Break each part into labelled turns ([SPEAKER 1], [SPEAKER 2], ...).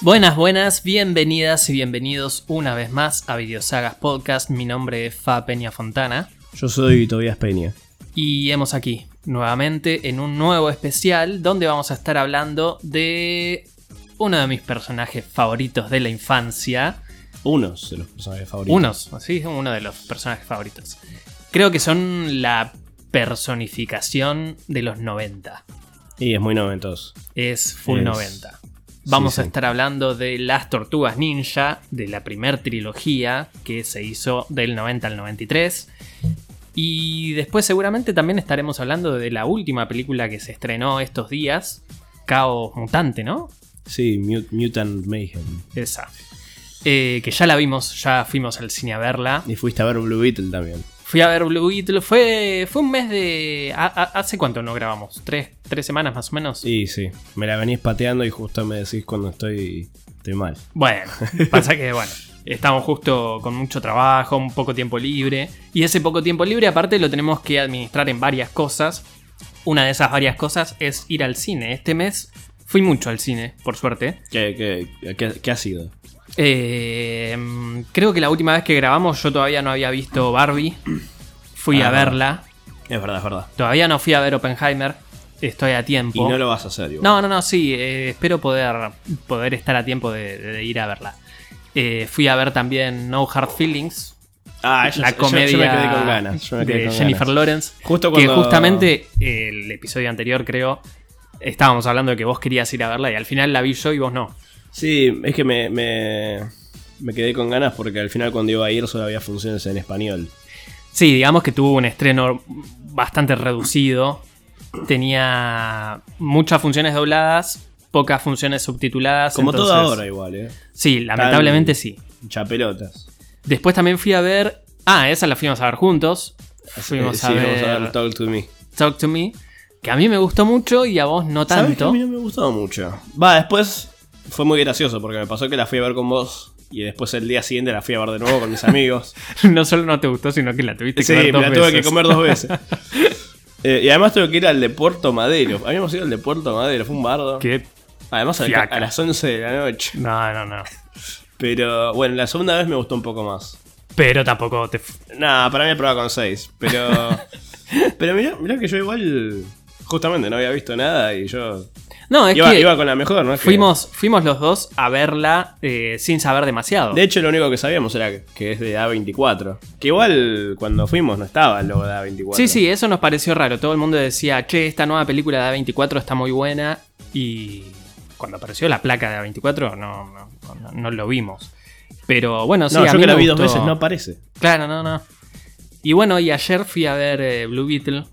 [SPEAKER 1] Buenas, buenas, bienvenidas y bienvenidos una vez más a Videosagas Podcast. Mi nombre es Fa Peña Fontana
[SPEAKER 2] Yo soy Tobias Peña.
[SPEAKER 1] y hemos aquí nuevamente en un nuevo especial donde vamos a estar hablando de uno de mis personajes favoritos de la infancia.
[SPEAKER 2] Unos de los personajes favoritos.
[SPEAKER 1] Unos, así, uno de los personajes favoritos. Creo que son la personificación de los 90.
[SPEAKER 2] Y es muy noventoso.
[SPEAKER 1] Es full
[SPEAKER 2] Es-
[SPEAKER 1] 90. Vamos
[SPEAKER 2] sí.
[SPEAKER 1] a estar hablando de Las Tortugas Ninja, de la primer trilogía que se hizo del 90 al 93. Y después seguramente también estaremos hablando de la última película que se estrenó estos días, Caos Mutante, ¿no?
[SPEAKER 2] Sí, Mut- Mutant Mayhem.
[SPEAKER 1] Esa. Eh, que ya la vimos, ya fuimos al cine a verla.
[SPEAKER 2] Y fuiste a ver Blue Beetle también.
[SPEAKER 1] Fui a ver Blue Beetle, fue, fue un mes de... a- a- ¿Hace cuánto no grabamos? ¿Tres, tres semanas más o menos?
[SPEAKER 2] Y sí, me la venís pateando y justo me decís cuando estoy, estoy mal.
[SPEAKER 1] Bueno, pasa que, bueno, estamos justo con mucho trabajo, un poco tiempo libre. Y ese poco tiempo libre, aparte, lo tenemos que administrar en varias cosas. Una de esas varias cosas es ir al cine. Este mes fui mucho al cine, por suerte.
[SPEAKER 2] ¿Qué, qué, qué- qué ha sido?
[SPEAKER 1] Eh, mm, creo que la última vez que grabamos yo todavía no había visto Barbie. Fui a
[SPEAKER 2] Ah.
[SPEAKER 1] verla.
[SPEAKER 2] Es verdad, es verdad.
[SPEAKER 1] Todavía no fui a ver Oppenheimer. Estoy a
[SPEAKER 2] Y
[SPEAKER 1] tiempo.
[SPEAKER 2] no lo vas a hacer, igual.
[SPEAKER 1] No, no, no, sí, eh, espero poder, poder estar a tiempo de, de ir a verla. Eh, fui a ver también No Hard Feelings,
[SPEAKER 2] Ah, yo,
[SPEAKER 1] la
[SPEAKER 2] yo- yo
[SPEAKER 1] comedia
[SPEAKER 2] me quedé con ganas. Yo me quedé
[SPEAKER 1] de
[SPEAKER 2] con
[SPEAKER 1] Jennifer
[SPEAKER 2] ganas.
[SPEAKER 1] Lawrence,
[SPEAKER 2] Justo cuando...
[SPEAKER 1] que justamente eh, el episodio anterior creo estábamos hablando de que vos querías ir a verla y al final la vi yo y vos no.
[SPEAKER 2] Sí, es que me, me, me quedé con ganas porque al final cuando iba a ir solo había funciones en español.
[SPEAKER 1] Sí, digamos que tuvo un estreno bastante reducido, tenía muchas funciones dobladas, pocas funciones subtituladas.
[SPEAKER 2] Como todo
[SPEAKER 1] entonces-
[SPEAKER 2] ahora igual, ¿eh?
[SPEAKER 1] Sí, lamentablemente sí.
[SPEAKER 2] Chapelotas.
[SPEAKER 1] Después también fui a ver. Ah, esa la fuimos a ver juntos. Fuimos
[SPEAKER 2] Eh, Sí,
[SPEAKER 1] a, ver
[SPEAKER 2] vamos a ver Talk to Me.
[SPEAKER 1] Talk to Me. Que a mí me gustó mucho y a vos no
[SPEAKER 2] ¿Sabes que a
[SPEAKER 1] tanto.
[SPEAKER 2] mí no me gustó mucho. Va, después fue muy gracioso porque me pasó que la fui a ver con vos y después el día siguiente la fui a ver de nuevo con mis amigos.
[SPEAKER 1] No solo no te gustó, sino que la tuviste que
[SPEAKER 2] sí,
[SPEAKER 1] ver
[SPEAKER 2] me
[SPEAKER 1] dos
[SPEAKER 2] la tuve
[SPEAKER 1] veces.
[SPEAKER 2] que comer dos veces. Eh, y además tuve que ir al de Puerto Madero. Habíamos ido al de Puerto Madero, fue un bardo.
[SPEAKER 1] ¿Qué?
[SPEAKER 2] Además a,
[SPEAKER 1] Fiaca.
[SPEAKER 2] a las 11 de la noche.
[SPEAKER 1] No, no, no.
[SPEAKER 2] Pero bueno, la segunda vez me gustó un poco más.
[SPEAKER 1] Pero tampoco te. f-
[SPEAKER 2] Nada, para mí probaba con 6. Pero. pero mirá, mirá que yo igual. Justamente no había visto nada y yo.
[SPEAKER 1] No, es
[SPEAKER 2] Iba,
[SPEAKER 1] que
[SPEAKER 2] iba con la mejor, ¿no? Es que-
[SPEAKER 1] fuimos, fuimos los dos a verla eh, sin saber demasiado.
[SPEAKER 2] De hecho, lo único que sabíamos era que es de A24. Que igual cuando fuimos no estaba el logo de A24.
[SPEAKER 1] Sí, sí, eso nos pareció raro. Todo el mundo decía, che, esta nueva película de A24 está muy buena. Y cuando apareció la placa de A24, no, no, no- no lo vimos. Pero bueno,
[SPEAKER 2] No,
[SPEAKER 1] sí, a
[SPEAKER 2] yo
[SPEAKER 1] mí
[SPEAKER 2] que la
[SPEAKER 1] me
[SPEAKER 2] vi dos
[SPEAKER 1] gustó.
[SPEAKER 2] veces no aparece.
[SPEAKER 1] Claro, no, no. Y bueno, y ayer fui a ver eh, Blue Beetle,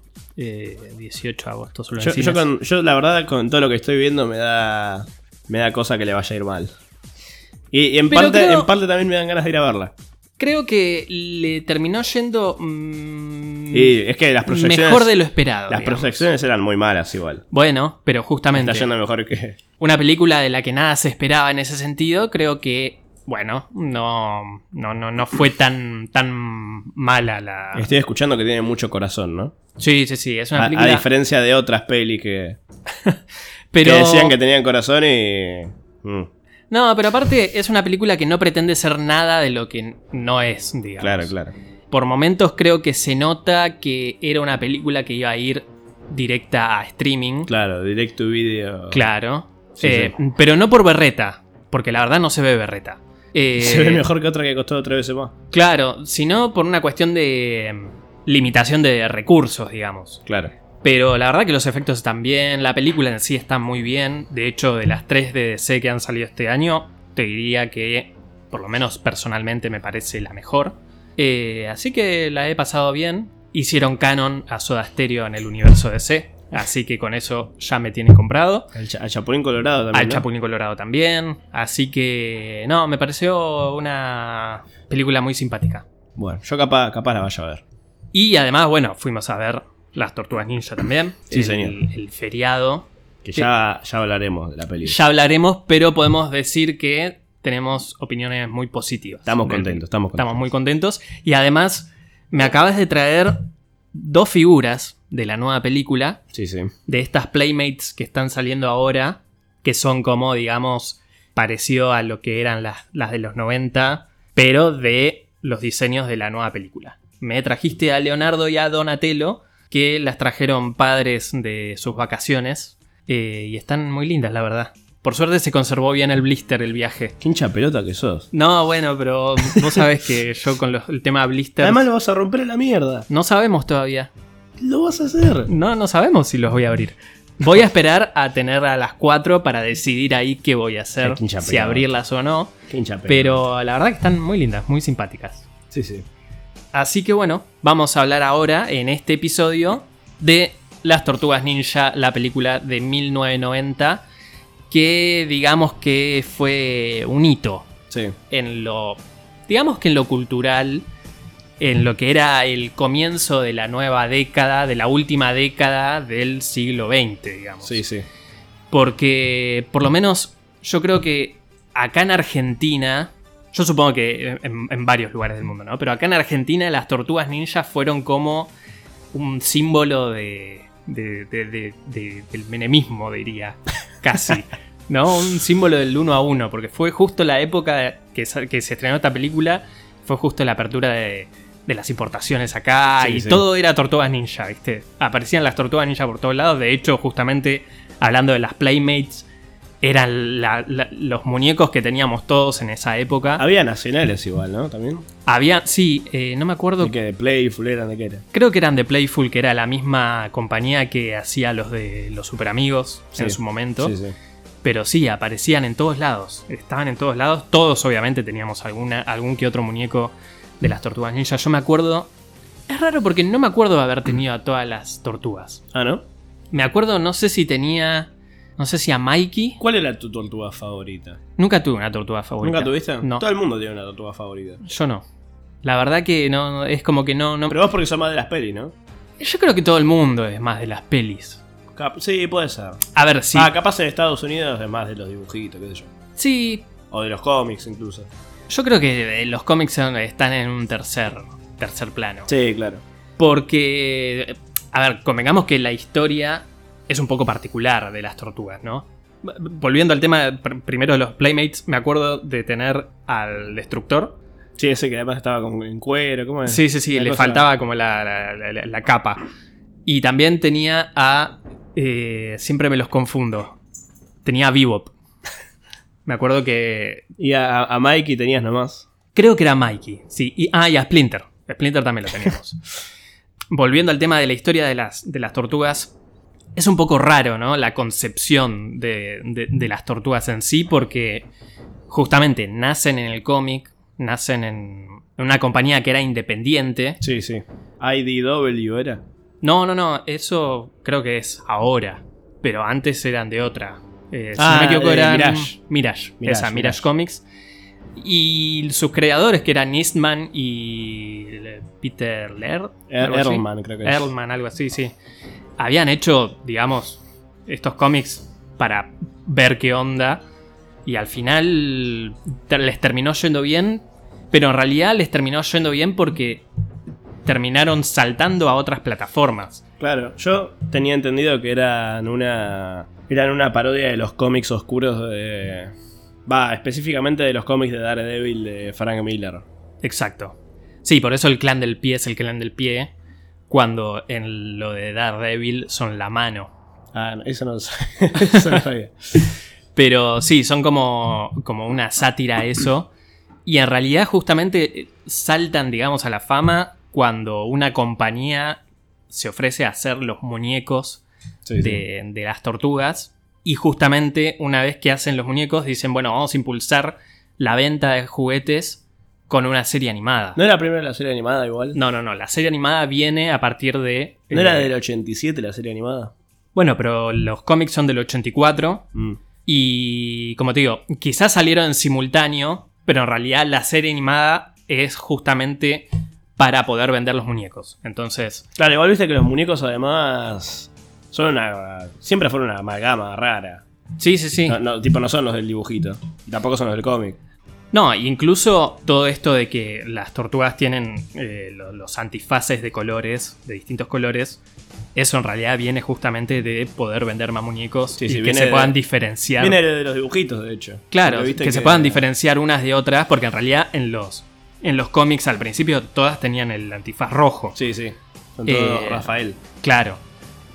[SPEAKER 1] eh, 18 de agosto, solo en
[SPEAKER 2] Yo, yo
[SPEAKER 1] cines.
[SPEAKER 2] con- yo, la verdad, con todo lo que estoy viendo me da. Me da cosa que le vaya a ir mal. Y, y en,
[SPEAKER 1] Pero
[SPEAKER 2] parte,
[SPEAKER 1] creo-
[SPEAKER 2] en parte también me dan ganas de ir a verla.
[SPEAKER 1] Creo que le terminó yendo mm,
[SPEAKER 2] Y es que las proyecciones.
[SPEAKER 1] mejor de lo esperado.
[SPEAKER 2] Las
[SPEAKER 1] digamos.
[SPEAKER 2] proyecciones eran muy malas igual.
[SPEAKER 1] Bueno, pero justamente.
[SPEAKER 2] Está yendo mejor que.
[SPEAKER 1] una película de la que nada se esperaba en ese sentido, creo que, bueno, no, no, no, no fue tan, tan mala la...
[SPEAKER 2] Estoy escuchando que tiene mucho corazón, ¿no?
[SPEAKER 1] Sí, sí, sí, es Ah. una
[SPEAKER 2] Este- A, a
[SPEAKER 1] película...
[SPEAKER 2] diferencia de otras pelis que,
[SPEAKER 1] pero...
[SPEAKER 2] que decían que tenían corazón y. mm,
[SPEAKER 1] No, pero aparte es una película que no pretende ser nada de lo que no es, digamos.
[SPEAKER 2] claro, claro.
[SPEAKER 1] Por momentos creo que se nota que era una película que iba a ir directa a streaming.
[SPEAKER 2] Claro, direct to video.
[SPEAKER 1] Claro.
[SPEAKER 2] Sí,
[SPEAKER 1] Eh, Pero no por berreta, porque la verdad no se ve berreta. Eh,
[SPEAKER 2] Se ve mejor que otra que costó tres veces más.
[SPEAKER 1] Claro, sino por una cuestión de mm, limitación de recursos, digamos.
[SPEAKER 2] Claro.
[SPEAKER 1] Pero la verdad que los efectos están bien, la película en sí está muy bien. De hecho, de las tres de DC que han salido este año, te diría que, por lo menos personalmente, me parece la mejor. Eh, así que la he pasado bien. Hicieron canon a Soda Stereo en el universo DC, así que con eso ya me tienen comprado.
[SPEAKER 2] Al, cha- al Chapulín Colorado también.
[SPEAKER 1] Al
[SPEAKER 2] ¿no?
[SPEAKER 1] Chapulín Colorado también. Así que, no, me pareció una película muy simpática.
[SPEAKER 2] Bueno, yo capaz, capaz la vaya a ver.
[SPEAKER 1] Y además, bueno, fuimos a ver las Tortugas Ninja también.
[SPEAKER 2] Sí,
[SPEAKER 1] el,
[SPEAKER 2] señor.
[SPEAKER 1] El feriado.
[SPEAKER 2] Que ya, ya hablaremos de la peli.
[SPEAKER 1] Ya hablaremos, pero podemos decir que tenemos opiniones muy positivas.
[SPEAKER 2] Estamos
[SPEAKER 1] Del-
[SPEAKER 2] contentos, estamos contentos.
[SPEAKER 1] Estamos muy contentos. Y además, me acabas de traer dos figuras de la nueva película,
[SPEAKER 2] Sí, sí.
[SPEAKER 1] de estas Playmates que están saliendo ahora, que son como, digamos, pareció a lo que eran las, las de los 90, pero de los diseños de la nueva película. Me trajiste a Leonardo y a Donatello, que las trajeron padres de sus vacaciones, eh, y están muy lindas, la verdad. Por suerte se conservó bien el blister, el viaje.
[SPEAKER 2] Qué hincha pelota que sos.
[SPEAKER 1] No, bueno, pero vos sabés que yo con los- el tema blister...
[SPEAKER 2] Además lo vas a romper a la mierda.
[SPEAKER 1] no sabemos todavía.
[SPEAKER 2] Lo vas a hacer.
[SPEAKER 1] No, no sabemos si los voy a abrir. Voy a esperar a tener a las 4 para decidir ahí qué voy a hacer,
[SPEAKER 2] Hay que hinchar
[SPEAKER 1] si
[SPEAKER 2] pelota.
[SPEAKER 1] abrirlas o no.
[SPEAKER 2] Qué hincha pelota.
[SPEAKER 1] Pero la verdad que están muy lindas, muy simpáticas.
[SPEAKER 2] Sí, sí.
[SPEAKER 1] Así que bueno, vamos a hablar ahora en este episodio de Las Tortugas Ninja, la película de 1990, que digamos que fue un hito
[SPEAKER 2] Sí.
[SPEAKER 1] en lo, digamos que en lo cultural, en lo que era el comienzo de la nueva década, de la última década del siglo XX, digamos.
[SPEAKER 2] Sí, sí.
[SPEAKER 1] Porque, por lo menos, yo creo que acá en Argentina, yo supongo que en, en varios lugares del mundo, ¿no? Pero acá en Argentina las tortugas ninjas fueron como un símbolo de, de- de- de- de- del menemismo, diría, casi. ¿No? Un símbolo del uno a uno, porque fue justo la época que, sa- que se estrenó esta película, fue justo la apertura de, de las importaciones acá
[SPEAKER 2] Sí,
[SPEAKER 1] y
[SPEAKER 2] sí.
[SPEAKER 1] todo todo era tortugas ninja, ¿viste? Aparecían las tortugas ninja por todos lados. De hecho, justamente hablando de las Playmates, eran la- la- los muñecos que teníamos todos en esa época.
[SPEAKER 2] Había nacionales igual, ¿no? También.
[SPEAKER 1] Había, sí, eh, no me acuerdo,
[SPEAKER 2] ¿De qué? ¿De Playful eran? ¿De qué era?
[SPEAKER 1] creo que eran de Playful, que era la misma compañía que hacía los de los Super Amigos en
[SPEAKER 2] Sí,
[SPEAKER 1] su momento.
[SPEAKER 2] Sí, sí.
[SPEAKER 1] Pero sí, aparecían en todos lados. Estaban en todos lados. Todos, obviamente, teníamos alguna, algún que otro muñeco de las tortugas ninja. Yo me acuerdo. Es raro porque no me acuerdo de haber tenido a todas las tortugas.
[SPEAKER 2] Ah, ¿no?
[SPEAKER 1] Me acuerdo, no sé si tenía. No sé si a Mikey.
[SPEAKER 2] ¿Cuál era tu tortuga favorita?
[SPEAKER 1] Nunca tuve una tortuga favorita.
[SPEAKER 2] ¿Nunca tuviste?
[SPEAKER 1] No,
[SPEAKER 2] Todo el mundo tiene una tortuga favorita.
[SPEAKER 1] yo no. La verdad que no, no, es como que no, no.
[SPEAKER 2] Pero vos porque sos más de las pelis, ¿no?
[SPEAKER 1] Yo creo que todo el mundo es más de las pelis.
[SPEAKER 2] Cap- sí, puede ser.
[SPEAKER 1] A ver, sí.
[SPEAKER 2] Ah, capaz en Estados Unidos es más de los dibujitos, qué sé yo.
[SPEAKER 1] sí.
[SPEAKER 2] O de los cómics incluso.
[SPEAKER 1] Yo creo que eh, los cómics son- están en un tercer, tercer plano.
[SPEAKER 2] Sí, claro.
[SPEAKER 1] Porque. A ver, convengamos que la historia es un poco particular de las tortugas, ¿no? Volviendo al tema pr- primero de los Playmates, me acuerdo de tener al destructor.
[SPEAKER 2] Eh, Sí, ese que además estaba con, en cuero, ¿cómo es?
[SPEAKER 1] Sí, sí, sí,
[SPEAKER 2] Una
[SPEAKER 1] le
[SPEAKER 2] cosa-
[SPEAKER 1] faltaba como la, la- la- la- la capa. Y también tenía a. eh, siempre me los confundo. Tenía a Bebop. Me acuerdo que.
[SPEAKER 2] Y a, a Mikey tenías nomás.
[SPEAKER 1] Creo que era Mikey. Sí. Y, ah, y a Splinter. Splinter también lo teníamos. Volviendo al tema de la historia de las, de las tortugas. Es un poco raro, ¿no? La concepción de, de- de las tortugas en sí, porque justamente nacen en el cómic, nacen en una compañía que era independiente.
[SPEAKER 2] Sí, sí. IDW era.
[SPEAKER 1] No, no, no, eso creo que es ahora. Pero antes eran de otra. Eh, si
[SPEAKER 2] Ah,
[SPEAKER 1] no me equivoco,
[SPEAKER 2] eh,
[SPEAKER 1] eran
[SPEAKER 2] Mirage.
[SPEAKER 1] Mirage,
[SPEAKER 2] Mirage,
[SPEAKER 1] esa, Mirage,
[SPEAKER 2] Mirage.
[SPEAKER 1] Comics. Y sus creadores, que eran Eastman y el- Peter Laird.
[SPEAKER 2] Er-
[SPEAKER 1] algo así.
[SPEAKER 2] Erlman, creo que es.
[SPEAKER 1] Erlman, algo así, sí. Habían hecho, digamos, estos cómics para ver qué onda. Y al final te- les terminó yendo bien. Pero en realidad les terminó yendo bien porque terminaron saltando a otras plataformas.
[SPEAKER 2] Claro, yo tenía entendido que eran una. Eran una parodia de los cómics oscuros de. Va, específicamente de los cómics de Daredevil de Frank Miller.
[SPEAKER 1] Exacto. Sí, por eso el clan del pie es el clan del pie. Cuando en lo de Daredevil son la mano.
[SPEAKER 2] Ah, no, eso no lo sabía. eso no lo sabía.
[SPEAKER 1] Pero sí, son como, como una sátira a eso. Y en realidad justamente eh, saltan, digamos, a la fama cuando una compañía se ofrece a hacer los muñecos
[SPEAKER 2] Sí, sí.
[SPEAKER 1] de, de las tortugas. Y justamente una vez que hacen los muñecos dicen, bueno, vamos a impulsar la venta de juguetes con una serie animada.
[SPEAKER 2] ¿No era primero la serie animada igual?
[SPEAKER 1] No, no, no, la serie animada viene a partir de...
[SPEAKER 2] ¿No era
[SPEAKER 1] eh,
[SPEAKER 2] del 87 la serie animada?
[SPEAKER 1] Bueno, pero los cómics son del 84.
[SPEAKER 2] Mm.
[SPEAKER 1] Y como te digo, quizás salieron en simultáneo, pero en realidad la serie animada es justamente para poder vender los muñecos. Entonces,
[SPEAKER 2] Claro, igual viste que los muñecos además son una. Siempre fueron una amalgama rara.
[SPEAKER 1] sí, sí, sí.
[SPEAKER 2] No, no, tipo, no son los del dibujito. Y Tampoco son los del cómic.
[SPEAKER 1] No, incluso todo esto de que las tortugas tienen eh, lo- los antifaces de colores, de distintos colores, Eso en realidad viene justamente de poder vender más muñecos
[SPEAKER 2] Sí,
[SPEAKER 1] y
[SPEAKER 2] sí,
[SPEAKER 1] que
[SPEAKER 2] viene
[SPEAKER 1] se
[SPEAKER 2] de-
[SPEAKER 1] puedan diferenciar.
[SPEAKER 2] Viene de los dibujitos, de hecho.
[SPEAKER 1] Claro,
[SPEAKER 2] Porque
[SPEAKER 1] que,
[SPEAKER 2] viste
[SPEAKER 1] se puedan diferenciar unas de otras, porque en realidad en los, en los cómics al principio todas tenían el antifaz rojo.
[SPEAKER 2] Sí, sí. Son todos
[SPEAKER 1] Eh,
[SPEAKER 2] Rafael.
[SPEAKER 1] Claro.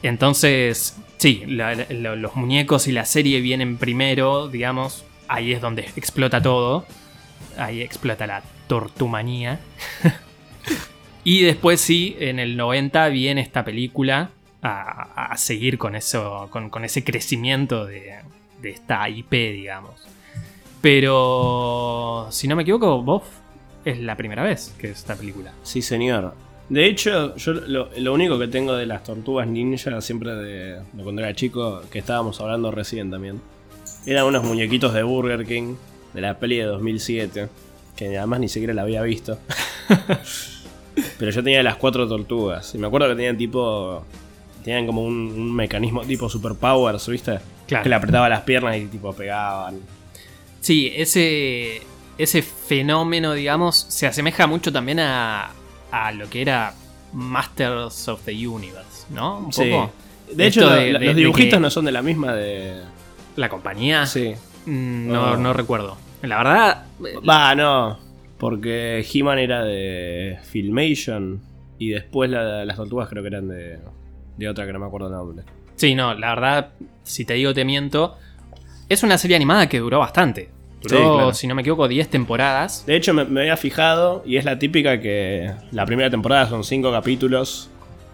[SPEAKER 1] Entonces, sí, la- la- lo- los muñecos y la serie vienen primero, digamos. Ahí es donde explota todo. Ahí explota la tortumanía. y después sí, en el 90 viene esta película a, a seguir con, eso, con, con ese crecimiento de, de esta IP, digamos. Pero, si no me equivoco, Boff es la primera vez que es esta película.
[SPEAKER 2] Sí, señor. De hecho, yo lo, lo único que tengo de las tortugas ninja, siempre de, de cuando era chico, que estábamos hablando recién también, eran unos muñequitos de Burger King, de la peli de 2007, que además ni siquiera la había visto. Pero yo tenía las cuatro tortugas, y me acuerdo que tenían tipo. Tenían como un, un mecanismo tipo superpowers, ¿viste?
[SPEAKER 1] Claro.
[SPEAKER 2] Que le apretaba las piernas y tipo pegaban.
[SPEAKER 1] Sí, ese, ese fenómeno, digamos, se asemeja mucho también a, a lo que era Masters of the Universe, ¿no? Un
[SPEAKER 2] Sí.
[SPEAKER 1] poco.
[SPEAKER 2] De
[SPEAKER 1] Esto
[SPEAKER 2] hecho,
[SPEAKER 1] de-
[SPEAKER 2] la-
[SPEAKER 1] de-
[SPEAKER 2] los
[SPEAKER 1] de
[SPEAKER 2] dibujitos
[SPEAKER 1] que- Ah.
[SPEAKER 2] no son de la misma de.
[SPEAKER 1] La compañía,
[SPEAKER 2] Sí.
[SPEAKER 1] mm, no,
[SPEAKER 2] Oh.
[SPEAKER 1] no recuerdo. La verdad, eh,
[SPEAKER 2] Va, no. Porque He-Man era de Filmation. Y después la- las tortugas creo que eran de, de otra que no me acuerdo el nombre.
[SPEAKER 1] sí, no, la verdad, si te digo te miento, es una serie animada que duró bastante. Duró,
[SPEAKER 2] Sí, claro.
[SPEAKER 1] si no me equivoco, 10 temporadas.
[SPEAKER 2] De hecho, me, me había fijado. Y es la típica que la primera temporada son 5 capítulos.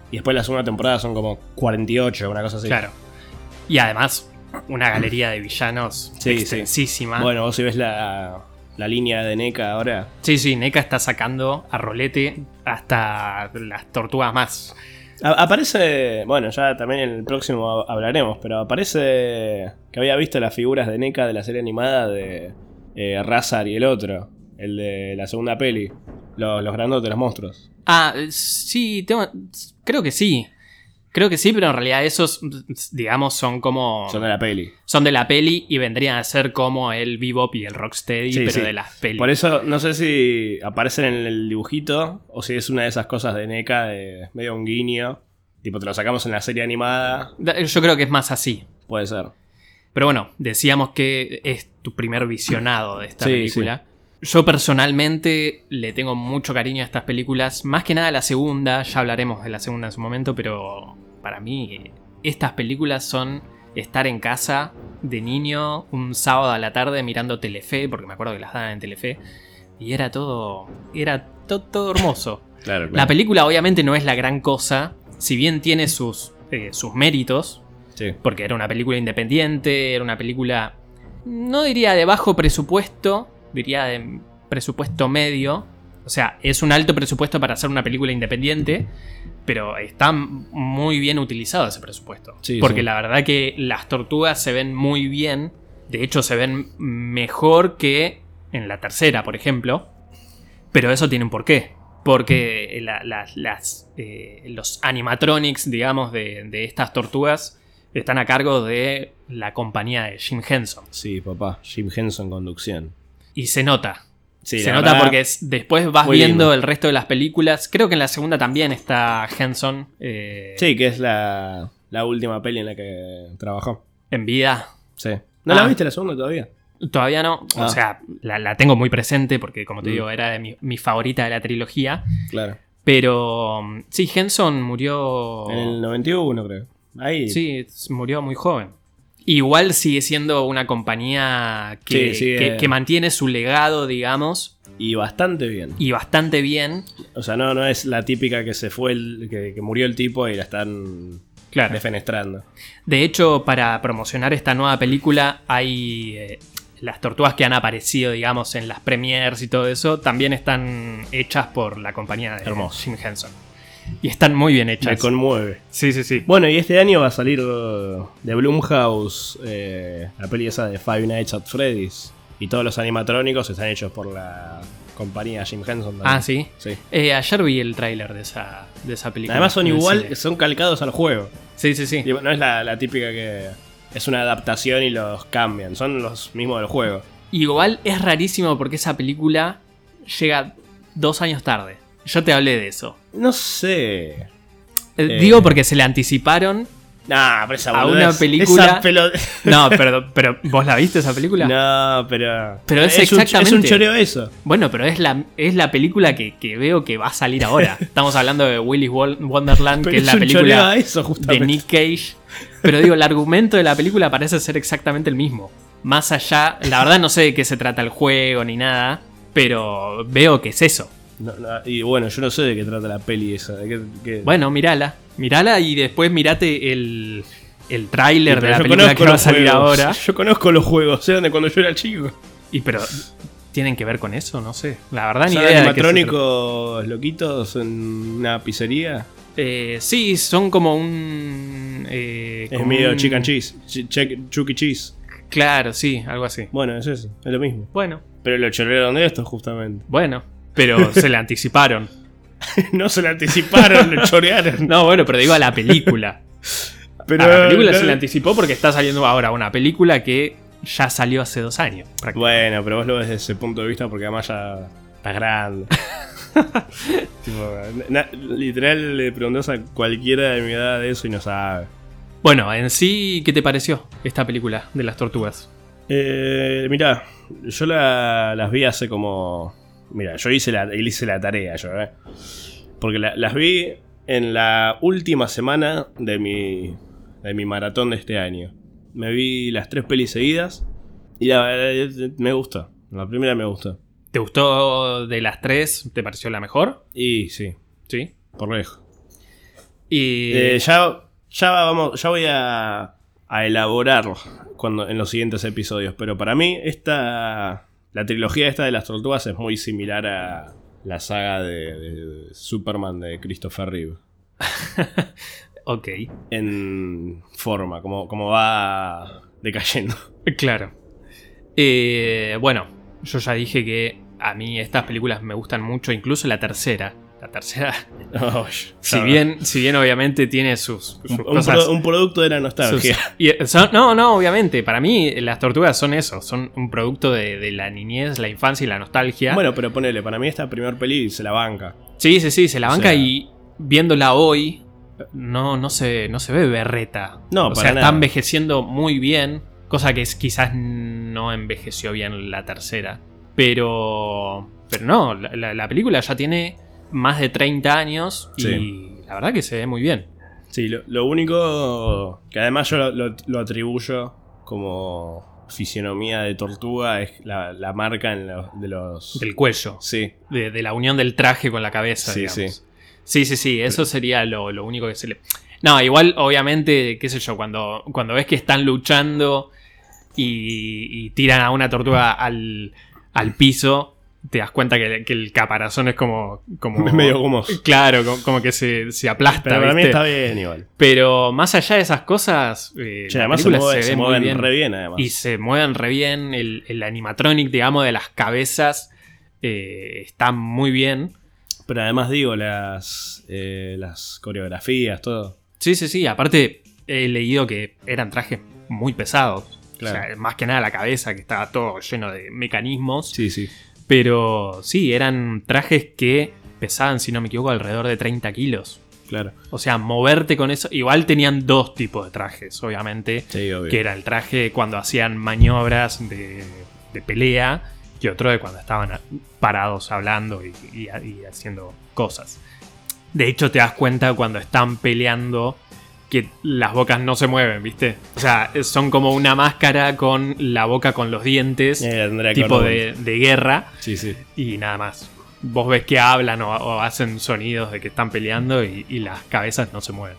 [SPEAKER 2] Y después la segunda temporada son como 48, una cosa así.
[SPEAKER 1] Claro. Y además, una galería de villanos
[SPEAKER 2] Sí, sí.
[SPEAKER 1] extensísima.
[SPEAKER 2] Bueno, vos si ves la, la línea de NECA ahora.
[SPEAKER 1] Sí, sí, NECA está sacando a rolete hasta las tortugas más.
[SPEAKER 2] A- aparece. Bueno, ya también en el próximo hab- hablaremos. Pero aparece que había visto las figuras de NECA de la serie animada de eh, Razar y el otro. El de la segunda peli. Los, los grandotes, los monstruos.
[SPEAKER 1] Ah, eh, sí, tengo- creo que sí. Creo que sí, pero en realidad esos, digamos, son como...
[SPEAKER 2] Son de la peli.
[SPEAKER 1] Son de la peli y vendrían a ser como el bebop y el rocksteady,
[SPEAKER 2] Sí,
[SPEAKER 1] pero
[SPEAKER 2] sí.
[SPEAKER 1] de las pelis.
[SPEAKER 2] Por eso no sé si aparecen en el dibujito o si es una de esas cosas de NECA de medio un guiño. Tipo, te lo sacamos en la serie animada.
[SPEAKER 1] Da- Yo creo que es más así.
[SPEAKER 2] Puede ser.
[SPEAKER 1] Pero bueno, decíamos que es tu primer visionado de esta
[SPEAKER 2] Sí,
[SPEAKER 1] película. Yo personalmente le tengo mucho cariño a estas películas, más que nada a la segunda, ya hablaremos de la segunda en su momento, pero para mí eh, estas películas son estar en casa de niño un sábado a la tarde mirando Telefe, porque me acuerdo que las daban en Telefe, y era todo, era to- todo hermoso.
[SPEAKER 2] Claro,
[SPEAKER 1] La película obviamente no es la gran cosa, si bien tiene sus, eh, sus méritos,
[SPEAKER 2] Sí.
[SPEAKER 1] porque era una película independiente, era una película, no diría de bajo presupuesto, diría de presupuesto medio. O sea, es un alto presupuesto para hacer una película independiente, pero está muy bien utilizado ese presupuesto.
[SPEAKER 2] Sí,
[SPEAKER 1] porque
[SPEAKER 2] sí.
[SPEAKER 1] la verdad que las tortugas se ven muy bien, de hecho se ven mejor que en la tercera, por ejemplo. Pero eso tiene un porqué. Porque la- la- las, eh, los animatronics, digamos, de, de estas tortugas están a cargo de la compañía de Jim Henson.
[SPEAKER 2] Sí, papá. Jim Henson conducción.
[SPEAKER 1] Y se nota.
[SPEAKER 2] Sí,
[SPEAKER 1] se
[SPEAKER 2] la
[SPEAKER 1] nota
[SPEAKER 2] verdad-
[SPEAKER 1] porque es- después vas
[SPEAKER 2] muy
[SPEAKER 1] viendo
[SPEAKER 2] lindo.
[SPEAKER 1] el resto de las películas. Creo que en la segunda también está Henson eh,
[SPEAKER 2] Sí, que es la, la última peli en la que trabajó.
[SPEAKER 1] en vida.
[SPEAKER 2] Sí. ¿No
[SPEAKER 1] Ah.
[SPEAKER 2] la viste la segunda todavía?
[SPEAKER 1] Todavía no. O
[SPEAKER 2] Ah.
[SPEAKER 1] sea, la, la tengo muy presente porque, como te
[SPEAKER 2] Mm.
[SPEAKER 1] digo, era de mi, mi favorita de la trilogía.
[SPEAKER 2] Claro.
[SPEAKER 1] Pero mm, sí, Henson murió.
[SPEAKER 2] En el 91, creo. Ahí.
[SPEAKER 1] Sí, s- murió muy joven. Igual sigue siendo una compañía que,
[SPEAKER 2] Sí, sigue-
[SPEAKER 1] que- que mantiene su legado, digamos,
[SPEAKER 2] Y bastante bien.
[SPEAKER 1] y bastante bien.
[SPEAKER 2] O sea, no, no es la típica que se fue, el, que, que murió el tipo y la están
[SPEAKER 1] Claro.
[SPEAKER 2] defenestrando.
[SPEAKER 1] De hecho, para promocionar esta nueva película hay eh, las tortugas que han aparecido, digamos, en las premiers y todo eso, también están hechas por la compañía de
[SPEAKER 2] Hermoso.
[SPEAKER 1] Jim Henson. Y están muy bien
[SPEAKER 2] Me
[SPEAKER 1] hechas.
[SPEAKER 2] conmueve.
[SPEAKER 1] Sí, sí, sí.
[SPEAKER 2] Bueno, y este año va a salir uh, de Blumhouse eh, la peli esa de Five Nights at Freddy's. Y todos los animatrónicos están hechos por la compañía Jim Henson. también.
[SPEAKER 1] Ah, sí.
[SPEAKER 2] Sí.
[SPEAKER 1] Eh, ayer vi el tráiler de esa, de esa película.
[SPEAKER 2] Además son
[SPEAKER 1] en el
[SPEAKER 2] igual,
[SPEAKER 1] cine.
[SPEAKER 2] son calcados al juego.
[SPEAKER 1] Sí, sí, sí.
[SPEAKER 2] Y No es la, la típica que es una adaptación y los cambian, son los mismos del juego.
[SPEAKER 1] Igual es rarísimo porque esa película llega dos años tarde. Yo te hablé de eso.
[SPEAKER 2] No sé.
[SPEAKER 1] Eh, Digo porque se le anticiparon.
[SPEAKER 2] Nah, pero esa
[SPEAKER 1] A
[SPEAKER 2] boludez-
[SPEAKER 1] una película-
[SPEAKER 2] esa pelo-
[SPEAKER 1] No, pero, pero ¿vos la viste esa película?
[SPEAKER 2] no, pero.
[SPEAKER 1] Pero es
[SPEAKER 2] un-
[SPEAKER 1] exactamente-
[SPEAKER 2] es un choreo eso.
[SPEAKER 1] Bueno, pero es la, es la película que, que veo que va a salir ahora. Estamos hablando de Willy's Wol- Wonderland,
[SPEAKER 2] Pero
[SPEAKER 1] que es la
[SPEAKER 2] un choreo a
[SPEAKER 1] película
[SPEAKER 2] eso,
[SPEAKER 1] de
[SPEAKER 2] justamente.
[SPEAKER 1] Nick Cage. Pero digo, el argumento de la película parece ser exactamente el mismo. Más allá, la verdad no sé de qué se trata el juego ni nada, pero veo que es eso.
[SPEAKER 2] No, no, y bueno, yo no sé de qué trata la peli esa. de qué- qué-
[SPEAKER 1] Bueno, mirala. Mirala y después mirate el, el
[SPEAKER 2] Sí,
[SPEAKER 1] tráiler
[SPEAKER 2] pero
[SPEAKER 1] de la
[SPEAKER 2] yo
[SPEAKER 1] película que
[SPEAKER 2] conozco
[SPEAKER 1] va a
[SPEAKER 2] los
[SPEAKER 1] salir
[SPEAKER 2] juegos.
[SPEAKER 1] ahora.
[SPEAKER 2] Yo conozco los juegos, eran de cuando yo era chico.
[SPEAKER 1] Y pero, ¿tienen que ver con eso? No sé. La verdad ni
[SPEAKER 2] Son
[SPEAKER 1] idea. de qué se
[SPEAKER 2] animatrónicos loquitos en una pizzería.
[SPEAKER 1] Eh, sí, son como un. eh,
[SPEAKER 2] Es
[SPEAKER 1] como
[SPEAKER 2] medio
[SPEAKER 1] un-
[SPEAKER 2] chicken cheese. Ch- check- Chuck E. Cheese.
[SPEAKER 1] Claro, sí, algo así.
[SPEAKER 2] Bueno, es eso, es lo mismo.
[SPEAKER 1] Bueno,
[SPEAKER 2] Pero lo chorrearon de esto, justamente.
[SPEAKER 1] bueno. Pero se le anticiparon.
[SPEAKER 2] no se lo anticiparon, lo chorearon.
[SPEAKER 1] No, bueno, pero digo a la película.
[SPEAKER 2] Pero
[SPEAKER 1] a Ah, la película se
[SPEAKER 2] no-
[SPEAKER 1] le anticipó porque está saliendo ahora una película que ya salió hace dos años. prácticamente.
[SPEAKER 2] Bueno, pero vos lo ves desde ese punto de vista porque además ya estás grande. Tipo, na- literal le preguntás a cualquiera de mi edad de eso y no sabe.
[SPEAKER 1] Bueno, en sí, ¿qué te pareció esta película de las tortugas?
[SPEAKER 2] Eh, mirá, yo la- las vi hace como. Mira, yo hice la, hice la tarea, yo, eh. Porque la- las vi en la última semana de mi, de mi maratón de este año. Me vi las tres pelis seguidas y la verdad eh, me gustó. La primera me gustó.
[SPEAKER 1] ¿Te gustó de las tres? ¿Te pareció la mejor?
[SPEAKER 2] Y sí,
[SPEAKER 1] Sí.
[SPEAKER 2] por lejos.
[SPEAKER 1] Y.
[SPEAKER 2] Eh, ya, ya vamos, ya voy a, a elaborar cuando, en los siguientes episodios. Pero para mí, esta. La trilogía esta de las tortugas es muy similar a la saga de, de Superman de Christopher Reeve.
[SPEAKER 1] ok.
[SPEAKER 2] En forma, como, como va decayendo.
[SPEAKER 1] Claro. Eh, bueno, yo ya dije que a mí estas películas me gustan mucho, incluso la tercera. La tercera,
[SPEAKER 2] Oh,
[SPEAKER 1] si bien, si bien obviamente tiene sus, sus
[SPEAKER 2] Un, un
[SPEAKER 1] cosas.
[SPEAKER 2] pro- un producto de la
[SPEAKER 1] sus-
[SPEAKER 2] nostalgia.
[SPEAKER 1] y eh, son- no, no, obviamente. Para mí, las tortugas son eso. Son un producto de, de la niñez, la infancia y la nostalgia.
[SPEAKER 2] Bueno, pero ponele, para mí esta primer peli se la banca.
[SPEAKER 1] sí, sí, sí, se la
[SPEAKER 2] o
[SPEAKER 1] banca
[SPEAKER 2] sea-
[SPEAKER 1] y viéndola hoy, no, no, se, no se ve berreta.
[SPEAKER 2] No,
[SPEAKER 1] o
[SPEAKER 2] para
[SPEAKER 1] sea,
[SPEAKER 2] nada.
[SPEAKER 1] está envejeciendo muy bien. Cosa que es- quizás no envejeció bien la tercera. Pero. Pero no, la, la- la película ya tiene más de 30 años y
[SPEAKER 2] Sí.
[SPEAKER 1] la verdad que se ve muy bien.
[SPEAKER 2] Sí, lo, lo único que además yo lo, lo- lo atribuyo como fisionomía de tortuga es la, la marca en lo- de los...
[SPEAKER 1] Del cuello.
[SPEAKER 2] Sí,
[SPEAKER 1] De, de la unión del traje con la cabeza,
[SPEAKER 2] Sí,
[SPEAKER 1] digamos.
[SPEAKER 2] sí.
[SPEAKER 1] Sí, sí, sí, eso sería lo, lo único que se le... No, igual, obviamente, qué sé yo, cuando, cuando ves que están luchando y, y tiran a una tortuga al, al piso, te das cuenta que, que el caparazón es como... como
[SPEAKER 2] es medio como...
[SPEAKER 1] Claro, como, como que se, se aplasta,
[SPEAKER 2] Pero para mí
[SPEAKER 1] ¿viste?
[SPEAKER 2] está bien igual.
[SPEAKER 1] Pero más allá de esas cosas, eh,
[SPEAKER 2] Che,
[SPEAKER 1] la
[SPEAKER 2] además se,
[SPEAKER 1] película
[SPEAKER 2] mueve-
[SPEAKER 1] se
[SPEAKER 2] se
[SPEAKER 1] ve muy
[SPEAKER 2] mueven
[SPEAKER 1] bien.
[SPEAKER 2] re bien además.
[SPEAKER 1] Y se mueven re bien. El, el animatronic, digamos, de las cabezas eh, está muy bien.
[SPEAKER 2] Pero además digo, las, eh, las coreografías, todo.
[SPEAKER 1] Sí, sí, sí. Aparte, he leído que eran trajes muy pesados.
[SPEAKER 2] Claro.
[SPEAKER 1] O sea, más que nada la cabeza, que estaba todo lleno de mecanismos.
[SPEAKER 2] Sí, sí.
[SPEAKER 1] Pero sí, eran trajes que pesaban, si no me equivoco, alrededor de 30 kilos.
[SPEAKER 2] Claro.
[SPEAKER 1] O sea, moverte con eso. Igual tenían dos tipos de trajes, obviamente.
[SPEAKER 2] Sí, obvio.
[SPEAKER 1] que era el traje cuando hacían maniobras de, de pelea y otro de cuando estaban a- parados hablando y, y- y haciendo cosas. De hecho, te das cuenta cuando están peleando que las bocas no se mueven, ¿viste? O sea, son como una máscara con la boca con los dientes,
[SPEAKER 2] Eh, Andrea
[SPEAKER 1] tipo
[SPEAKER 2] Cordon.
[SPEAKER 1] de, de guerra
[SPEAKER 2] Sí, sí.
[SPEAKER 1] y nada más. Vos ves que hablan o, o hacen sonidos de que están peleando y, y las cabezas no se mueven.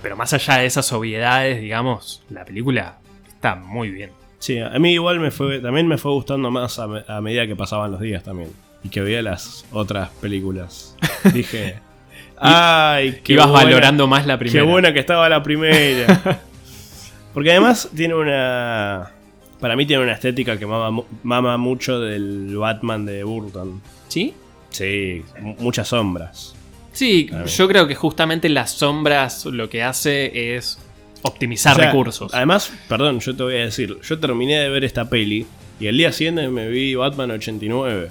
[SPEAKER 1] Pero más allá de esas obviedades, digamos, la película está muy bien.
[SPEAKER 2] Sí, a mí igual me fue, también me fue gustando más a, me- a medida que pasaban los días también. Y que veía las otras películas. Dije. ¡Ay!
[SPEAKER 1] Que
[SPEAKER 2] Qué
[SPEAKER 1] ibas
[SPEAKER 2] buena-
[SPEAKER 1] valorando más la primera.
[SPEAKER 2] Qué buena que estaba la primera. Porque además tiene una. Para mí tiene una estética que mama, mu- mama mucho del Batman de Burton.
[SPEAKER 1] ¿Sí?
[SPEAKER 2] Sí, mu- muchas sombras.
[SPEAKER 1] Sí,
[SPEAKER 2] Claro.
[SPEAKER 1] yo creo que justamente las sombras lo que hace es optimizar
[SPEAKER 2] O sea,
[SPEAKER 1] recursos.
[SPEAKER 2] Además, perdón, yo te voy a decir, yo terminé de ver esta peli y el día siguiente me vi Batman 89.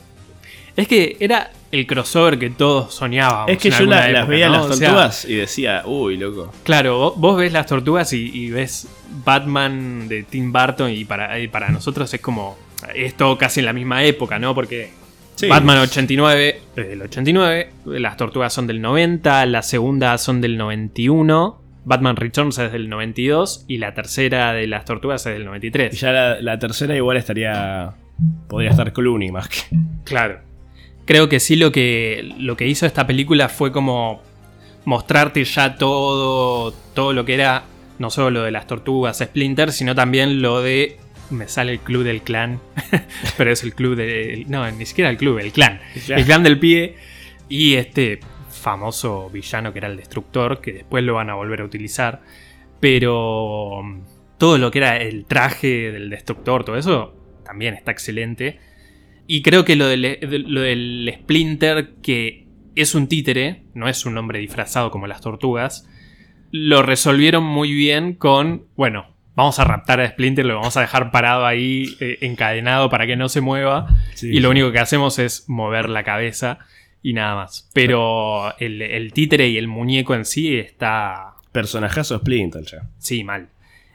[SPEAKER 1] Es que era el crossover que todos soñábamos.
[SPEAKER 2] Es que
[SPEAKER 1] en
[SPEAKER 2] yo
[SPEAKER 1] alguna
[SPEAKER 2] la- las
[SPEAKER 1] época,
[SPEAKER 2] veía
[SPEAKER 1] ¿no?
[SPEAKER 2] las
[SPEAKER 1] O sea,
[SPEAKER 2] tortugas y decía, uy, loco.
[SPEAKER 1] Claro, vo- vos ves las tortugas y, y ves Batman de Tim Burton y para, y para nosotros es como es todo casi en la misma época, ¿no? Porque
[SPEAKER 2] Sí.
[SPEAKER 1] Batman 89 es del 89, las tortugas son del 90, la segunda son del 91, Batman Returns es del 92 y la tercera de las tortugas es del
[SPEAKER 2] Y
[SPEAKER 1] 93.
[SPEAKER 2] ya la, la tercera igual estaría. Podría estar Clooney más que.
[SPEAKER 1] Claro. Creo que sí lo que, lo que hizo esta película fue como mostrarte ya todo, todo lo que era, no solo lo de las tortugas Splinter, sino también lo de... Me sale el club del clan, pero es el club del... No, ni siquiera el club, el clan.
[SPEAKER 2] Claro.
[SPEAKER 1] El clan del pie y este famoso villano que era el destructor, que después lo van a volver a utilizar. Pero mm, todo lo que era el traje del destructor, todo eso, también está excelente. Y creo que lo del, de- lo del Splinter, que es un títere, no es un hombre disfrazado como las tortugas, lo resolvieron muy bien con, bueno, vamos a raptar a Splinter, lo vamos a dejar parado ahí, eh, encadenado para que no se mueva.
[SPEAKER 2] Sí.
[SPEAKER 1] Y lo único que hacemos es mover la cabeza y nada más. Pero el, el títere y el muñeco en sí está.
[SPEAKER 2] Personajazo Splinter ya.
[SPEAKER 1] Sí, mal.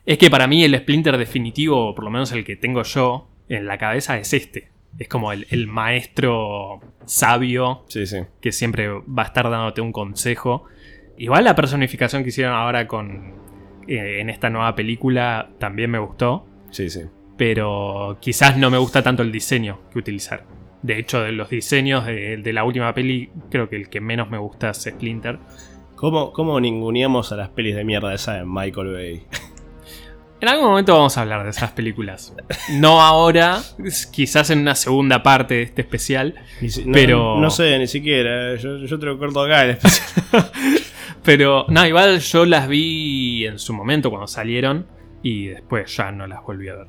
[SPEAKER 1] Es que para mí el Splinter definitivo, o por lo menos el que tengo yo en la cabeza, es este. Es como el, el maestro sabio
[SPEAKER 2] Sí, sí.
[SPEAKER 1] que siempre va a estar dándote un consejo. Igual la personificación que hicieron ahora con. eh, en esta nueva película también me gustó
[SPEAKER 2] Sí, sí.
[SPEAKER 1] pero quizás no me gusta tanto el diseño que utilizar. De hecho, de los diseños de, de la última peli, creo que el que menos me gusta es Splinter.
[SPEAKER 2] ¿Cómo, cómo ninguneamos a las pelis de mierda esa de Michael Bay?
[SPEAKER 1] En algún momento vamos a hablar de esas películas. No ahora, quizás en una segunda parte de este especial,
[SPEAKER 2] Ni si- no-
[SPEAKER 1] Pero-
[SPEAKER 2] No sé, ni siquiera. eh. Yo, yo te lo corto acá. el especial.
[SPEAKER 1] Pero no, igual yo las vi en su momento cuando salieron y después ya no las volví a ver.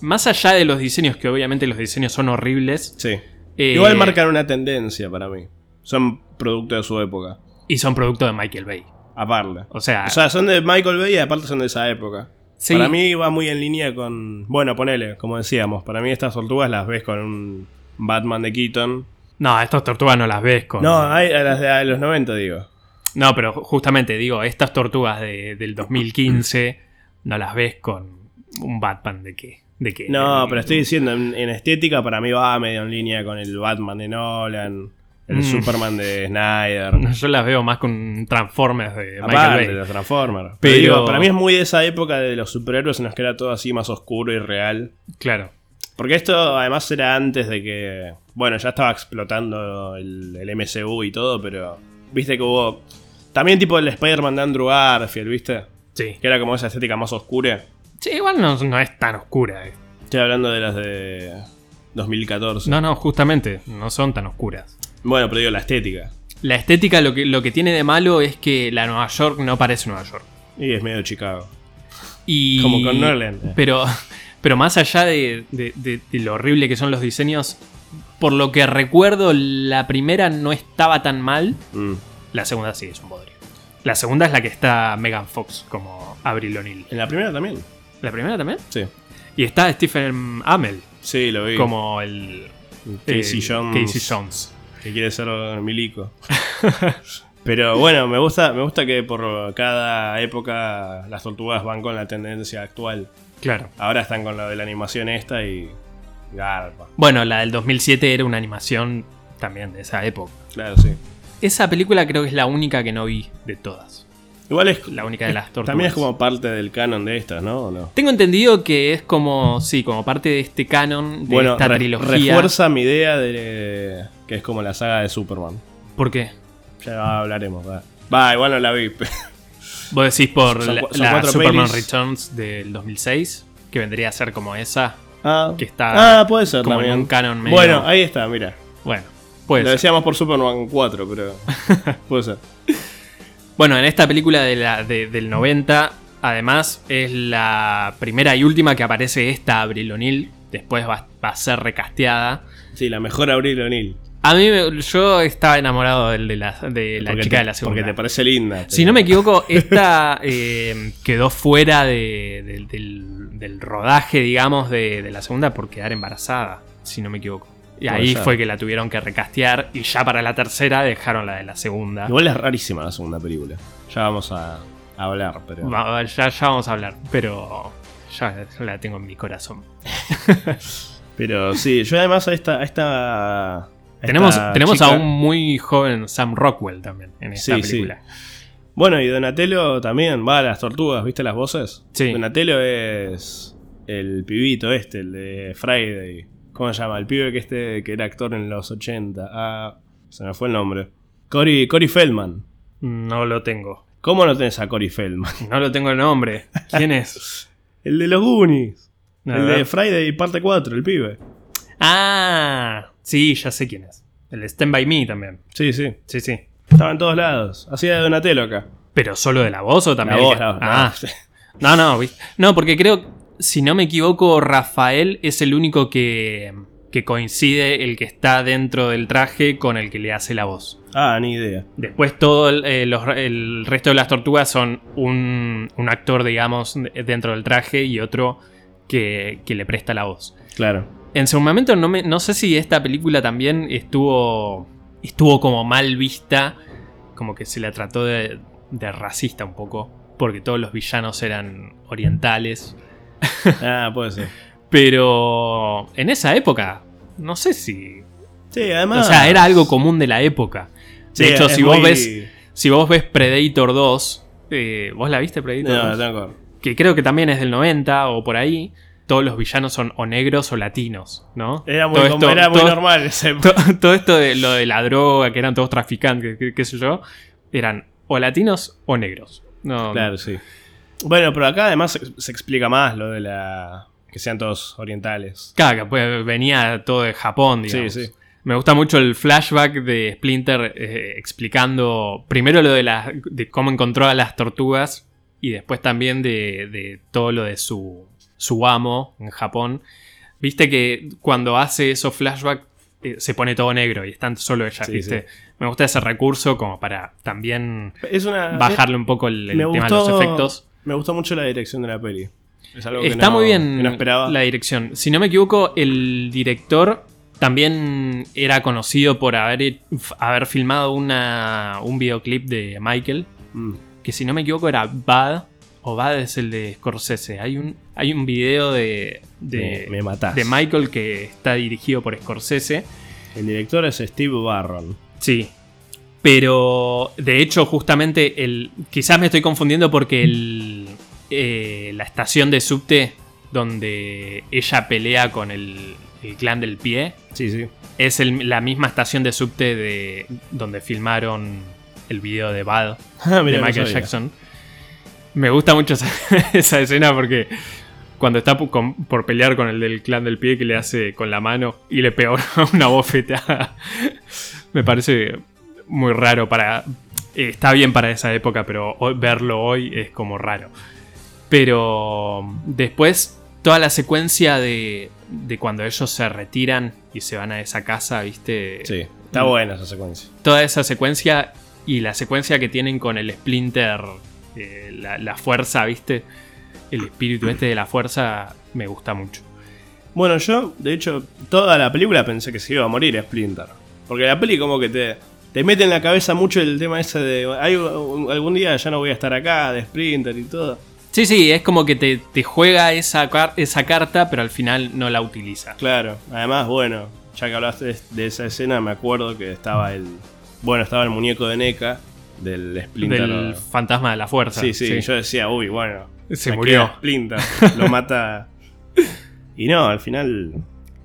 [SPEAKER 1] Más allá de los diseños, que obviamente los diseños son horribles.
[SPEAKER 2] Sí.
[SPEAKER 1] eh,
[SPEAKER 2] Igual marcan una tendencia para mí. Son producto de su época.
[SPEAKER 1] Y son producto de Michael Bay.
[SPEAKER 2] Aparte.
[SPEAKER 1] O sea,
[SPEAKER 2] O sea, son de Michael Bay y aparte son de esa época.
[SPEAKER 1] sí,
[SPEAKER 2] Para mí va muy en línea con. Bueno, ponele, como decíamos. Para mí estas tortugas las ves con un Batman de Keaton.
[SPEAKER 1] No, estas tortugas no las ves con.
[SPEAKER 2] No, hay a las de a los 90, digo.
[SPEAKER 1] No, pero ju- justamente digo, estas tortugas de- del 2015 no las ves con un Batman de qué. De qué
[SPEAKER 2] No,
[SPEAKER 1] de-
[SPEAKER 2] pero estoy diciendo, en, en estética para mí va medio en línea con el Batman de Nolan, el
[SPEAKER 1] Mm.
[SPEAKER 2] Superman de Snyder,
[SPEAKER 1] Yo las veo más con Transformers de
[SPEAKER 2] aparte de
[SPEAKER 1] Michael Bay.
[SPEAKER 2] los Transformers. Pero,
[SPEAKER 1] Pero-
[SPEAKER 2] digo, para mí es muy de esa época de los superhéroes en los que era todo así más oscuro y real.
[SPEAKER 1] Claro.
[SPEAKER 2] Porque esto además era antes de que. Bueno, ya estaba explotando el, el MCU y todo, pero. Viste que hubo. También tipo el Spider-Man de Andrew Garfield, ¿viste?
[SPEAKER 1] Sí.
[SPEAKER 2] Que era como esa estética más oscura.
[SPEAKER 1] Sí, igual no, no es tan oscura. eh.
[SPEAKER 2] Estoy hablando de las de 2014.
[SPEAKER 1] No, no, justamente, no son tan oscuras.
[SPEAKER 2] Bueno, pero digo la estética.
[SPEAKER 1] La estética lo que, lo que tiene de malo es que la Nueva York no parece Nueva York.
[SPEAKER 2] Y es medio Chicago.
[SPEAKER 1] Y-
[SPEAKER 2] Como con Nolan. eh.
[SPEAKER 1] Pero, pero más allá de, de- de- de lo horrible que son los diseños, por lo que recuerdo, la primera no estaba tan mal.
[SPEAKER 2] Mm.
[SPEAKER 1] La segunda sí es un bodrio. La segunda es la que está Megan Fox como Abril O'Neill.
[SPEAKER 2] En la primera también.
[SPEAKER 1] ¿La primera también?
[SPEAKER 2] Sí.
[SPEAKER 1] Y está Stephen Amell
[SPEAKER 2] Sí, lo vi.
[SPEAKER 1] como el.
[SPEAKER 2] Casey
[SPEAKER 1] el-
[SPEAKER 2] Jones.
[SPEAKER 1] Casey Jones.
[SPEAKER 2] Que quiere ser milico. Pero bueno, me gusta, me gusta que por cada época las tortugas van con la tendencia actual.
[SPEAKER 1] Claro.
[SPEAKER 2] Ahora están con lo de la animación esta y. Garpa.
[SPEAKER 1] Bueno, la del 2007 era una animación también de esa época.
[SPEAKER 2] Claro, sí.
[SPEAKER 1] Esa película creo que es la única que no vi de todas.
[SPEAKER 2] Igual es.
[SPEAKER 1] La única de las tortugas.
[SPEAKER 2] También es como parte del canon de estas, ¿no? ¿O no?
[SPEAKER 1] Tengo entendido que es como, sí, como parte de este canon, de
[SPEAKER 2] bueno,
[SPEAKER 1] esta
[SPEAKER 2] re-
[SPEAKER 1] trilogía.
[SPEAKER 2] refuerza mi idea de que es como la saga de Superman.
[SPEAKER 1] ¿Por qué?
[SPEAKER 2] Ya hablaremos, va. Va, igual no la vi.
[SPEAKER 1] Vos decís por
[SPEAKER 2] Son
[SPEAKER 1] la,
[SPEAKER 2] cu- son
[SPEAKER 1] la
[SPEAKER 2] cuatro
[SPEAKER 1] Superman
[SPEAKER 2] pelis.
[SPEAKER 1] Returns del 2006, que vendría a ser como esa,
[SPEAKER 2] Ah,
[SPEAKER 1] que está
[SPEAKER 2] ah, puede ser
[SPEAKER 1] como
[SPEAKER 2] también.
[SPEAKER 1] en un canon medio.
[SPEAKER 2] Bueno, ahí está, mira.
[SPEAKER 1] Bueno, pues.
[SPEAKER 2] Lo decíamos por Superman 4, pero. puede ser.
[SPEAKER 1] Bueno, en esta película de la, de- del 90, además, es la primera y última que aparece esta Abril O'Neill. Después va, va a ser recasteada.
[SPEAKER 2] Sí, la mejor Abril O'Neill.
[SPEAKER 1] A mí, me- yo estaba enamorado del de la, de la
[SPEAKER 2] Porque
[SPEAKER 1] chica
[SPEAKER 2] te-
[SPEAKER 1] de la segunda.
[SPEAKER 2] Porque te parece linda.
[SPEAKER 1] Si no me equivoco, esta eh, quedó fuera de- del- del, del rodaje, digamos, de, de la segunda por quedar embarazada, si no me equivoco. Y ahí
[SPEAKER 2] ser.
[SPEAKER 1] fue que la tuvieron que recastear. Y ya para la tercera dejaron la de la segunda.
[SPEAKER 2] Igual es rarísima la segunda película. Ya vamos a, a hablar, pero.
[SPEAKER 1] Va- ya, ya vamos a hablar, pero ya la tengo en mi corazón.
[SPEAKER 2] Pero sí, yo además a esta. A esta a
[SPEAKER 1] Tenemos,
[SPEAKER 2] esta
[SPEAKER 1] tenemos a
[SPEAKER 2] chica-
[SPEAKER 1] un muy joven Sam Rockwell también en esta
[SPEAKER 2] Sí, sí.
[SPEAKER 1] película.
[SPEAKER 2] Bueno, y Donatello también va a las tortugas, ¿viste las voces?
[SPEAKER 1] Sí.
[SPEAKER 2] Donatello es el pibito este, el de Friday. ¿Cómo se llama? El pibe que este que era actor en los 80. Ah, se me fue el nombre. Cory, Cory Feldman.
[SPEAKER 1] No lo tengo.
[SPEAKER 2] ¿Cómo no tenés a Cory Feldman?
[SPEAKER 1] No lo tengo el nombre. ¿Quién es?
[SPEAKER 2] El de los Goonies.
[SPEAKER 1] A
[SPEAKER 2] el de
[SPEAKER 1] ver.
[SPEAKER 2] Friday parte 4, el pibe.
[SPEAKER 1] Ah, sí, ya sé quién es. El Stand By Me también.
[SPEAKER 2] Sí, sí.
[SPEAKER 1] Sí, sí.
[SPEAKER 2] Estaba en todos lados. Hacía de Donatello acá.
[SPEAKER 1] ¿Pero solo de la voz o también?
[SPEAKER 2] La voz,
[SPEAKER 1] el que-
[SPEAKER 2] la voz,
[SPEAKER 1] Ah. No, no, vi- no, porque creo, si no me equivoco, Rafael es el único que, que coincide el que está dentro del traje con el que le hace la voz.
[SPEAKER 2] Ah, ni idea.
[SPEAKER 1] Después todo el, eh, los- el resto de las tortugas son un, un actor, digamos, dentro del traje y otro que, que le presta la voz.
[SPEAKER 2] Claro.
[SPEAKER 1] En su momento no, me, no sé si esta película también estuvo, estuvo como mal vista, como que se la trató de, de racista un poco, porque todos los villanos eran orientales.
[SPEAKER 2] Ah, puede ser.
[SPEAKER 1] Pero en esa época, no sé si...
[SPEAKER 2] Sí, además.
[SPEAKER 1] O sea, era algo común de la época. De
[SPEAKER 2] Sí,
[SPEAKER 1] hecho,
[SPEAKER 2] es
[SPEAKER 1] si vos
[SPEAKER 2] muy-
[SPEAKER 1] ves si vos ves Predator 2, eh, ¿vos la viste Predator
[SPEAKER 2] No,
[SPEAKER 1] 2?
[SPEAKER 2] no tengo.
[SPEAKER 1] Que creo que también es del 90 o por ahí. Todos los villanos son o negros o latinos, ¿no?
[SPEAKER 2] Era muy,
[SPEAKER 1] Todo
[SPEAKER 2] com-
[SPEAKER 1] esto-
[SPEAKER 2] era muy
[SPEAKER 1] todo-
[SPEAKER 2] normal ese.
[SPEAKER 1] to- todo esto de lo de la droga, que eran todos traficantes, qué- qué sé yo, eran o latinos o negros. No,
[SPEAKER 2] Claro, sí. Bueno, pero acá además se, se explica más lo de la. que sean todos orientales.
[SPEAKER 1] Claro, que, pues, venía todo de Japón, digamos.
[SPEAKER 2] Sí, sí.
[SPEAKER 1] Me gusta mucho el flashback de Splinter eh, explicando primero lo de, las de cómo encontró a las tortugas y después también de, de todo lo de su, su amo en Japón. Viste que cuando hace esos flashbacks eh, se pone todo negro y están solo ellas,
[SPEAKER 2] Sí,
[SPEAKER 1] ¿viste? Me gusta ese recurso como para también
[SPEAKER 2] Es una.
[SPEAKER 1] bajarle un poco el, el
[SPEAKER 2] Ah, me
[SPEAKER 1] tema de
[SPEAKER 2] gustó-
[SPEAKER 1] los efectos.
[SPEAKER 2] Me gustó mucho la dirección de la peli. Es algo que
[SPEAKER 1] Está
[SPEAKER 2] no-
[SPEAKER 1] muy bien
[SPEAKER 2] que no esperaba.
[SPEAKER 1] la dirección. Si no me equivoco, el director también era conocido por haber, he- f- haber filmado una, un videoclip de Michael,
[SPEAKER 2] Mm.
[SPEAKER 1] que si no me equivoco era Bad, o Bad es el de Scorsese. Hay un, hay un video de, de,
[SPEAKER 2] me, me matás.
[SPEAKER 1] de Michael que está dirigido por Scorsese.
[SPEAKER 2] El director es Steve Barron.
[SPEAKER 1] Sí. Pero de hecho, justamente el. Quizás me estoy confundiendo porque el. eh, la estación de subte donde ella pelea con el, el clan del pie
[SPEAKER 2] Sí, sí.
[SPEAKER 1] es el- la misma estación de subte de donde filmaron el video de Bad
[SPEAKER 2] Ah,
[SPEAKER 1] de
[SPEAKER 2] mirá, no
[SPEAKER 1] Michael
[SPEAKER 2] sabía.
[SPEAKER 1] Jackson. Me gusta mucho esa, esa escena porque cuando está pu- con- por pelear con el del clan del pie que le hace con la mano y le pega una bofetada. Me parece muy raro para... eh, Está bien para esa época, pero hoy- verlo hoy es como raro. Pero después toda la secuencia de, de cuando ellos se retiran y se van a esa casa, ¿viste?
[SPEAKER 2] Sí. Está buena esa secuencia.
[SPEAKER 1] toda esa secuencia y la secuencia que tienen con el Splinter, eh, la, la fuerza, ¿viste? El espíritu este de la fuerza me gusta mucho.
[SPEAKER 2] Bueno, yo, de hecho, toda la película pensé que se iba a morir a Splinter. Porque la peli como que te, te mete en la cabeza mucho el tema ese de "Ay, algún día ya no voy a estar acá, de Splinter y todo.
[SPEAKER 1] Sí, sí, es como que te, te juega esa, car- esa carta, pero al final no la utiliza.
[SPEAKER 2] Claro, además, bueno, ya que hablaste de, de esa escena, me acuerdo que estaba el... Bueno, estaba el muñeco de NECA del Splinter.
[SPEAKER 1] Del fantasma de la fuerza.
[SPEAKER 2] Sí, sí, yo decía, uy, bueno.
[SPEAKER 1] Se
[SPEAKER 2] me
[SPEAKER 1] murió.
[SPEAKER 2] queda Splinter, lo mata... Y no, al final...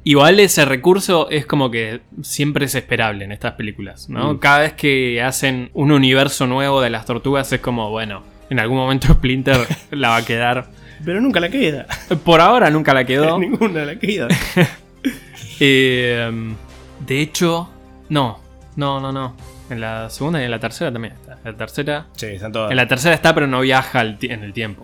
[SPEAKER 1] Igual ese recurso es como que siempre es esperable en estas películas, ¿no?
[SPEAKER 2] Mm.
[SPEAKER 1] Cada vez que hacen un universo nuevo de las tortugas es como, bueno, en algún momento Splinter la va a quedar.
[SPEAKER 2] Pero nunca la queda.
[SPEAKER 1] Por ahora nunca la quedó.
[SPEAKER 2] Ninguna la queda.
[SPEAKER 1] Eh, de hecho, no, no, no, no. En la segunda y en la tercera también está. La tercera,
[SPEAKER 2] Sí, están todas.
[SPEAKER 1] en la tercera está, pero no viaja al ti- en el tiempo.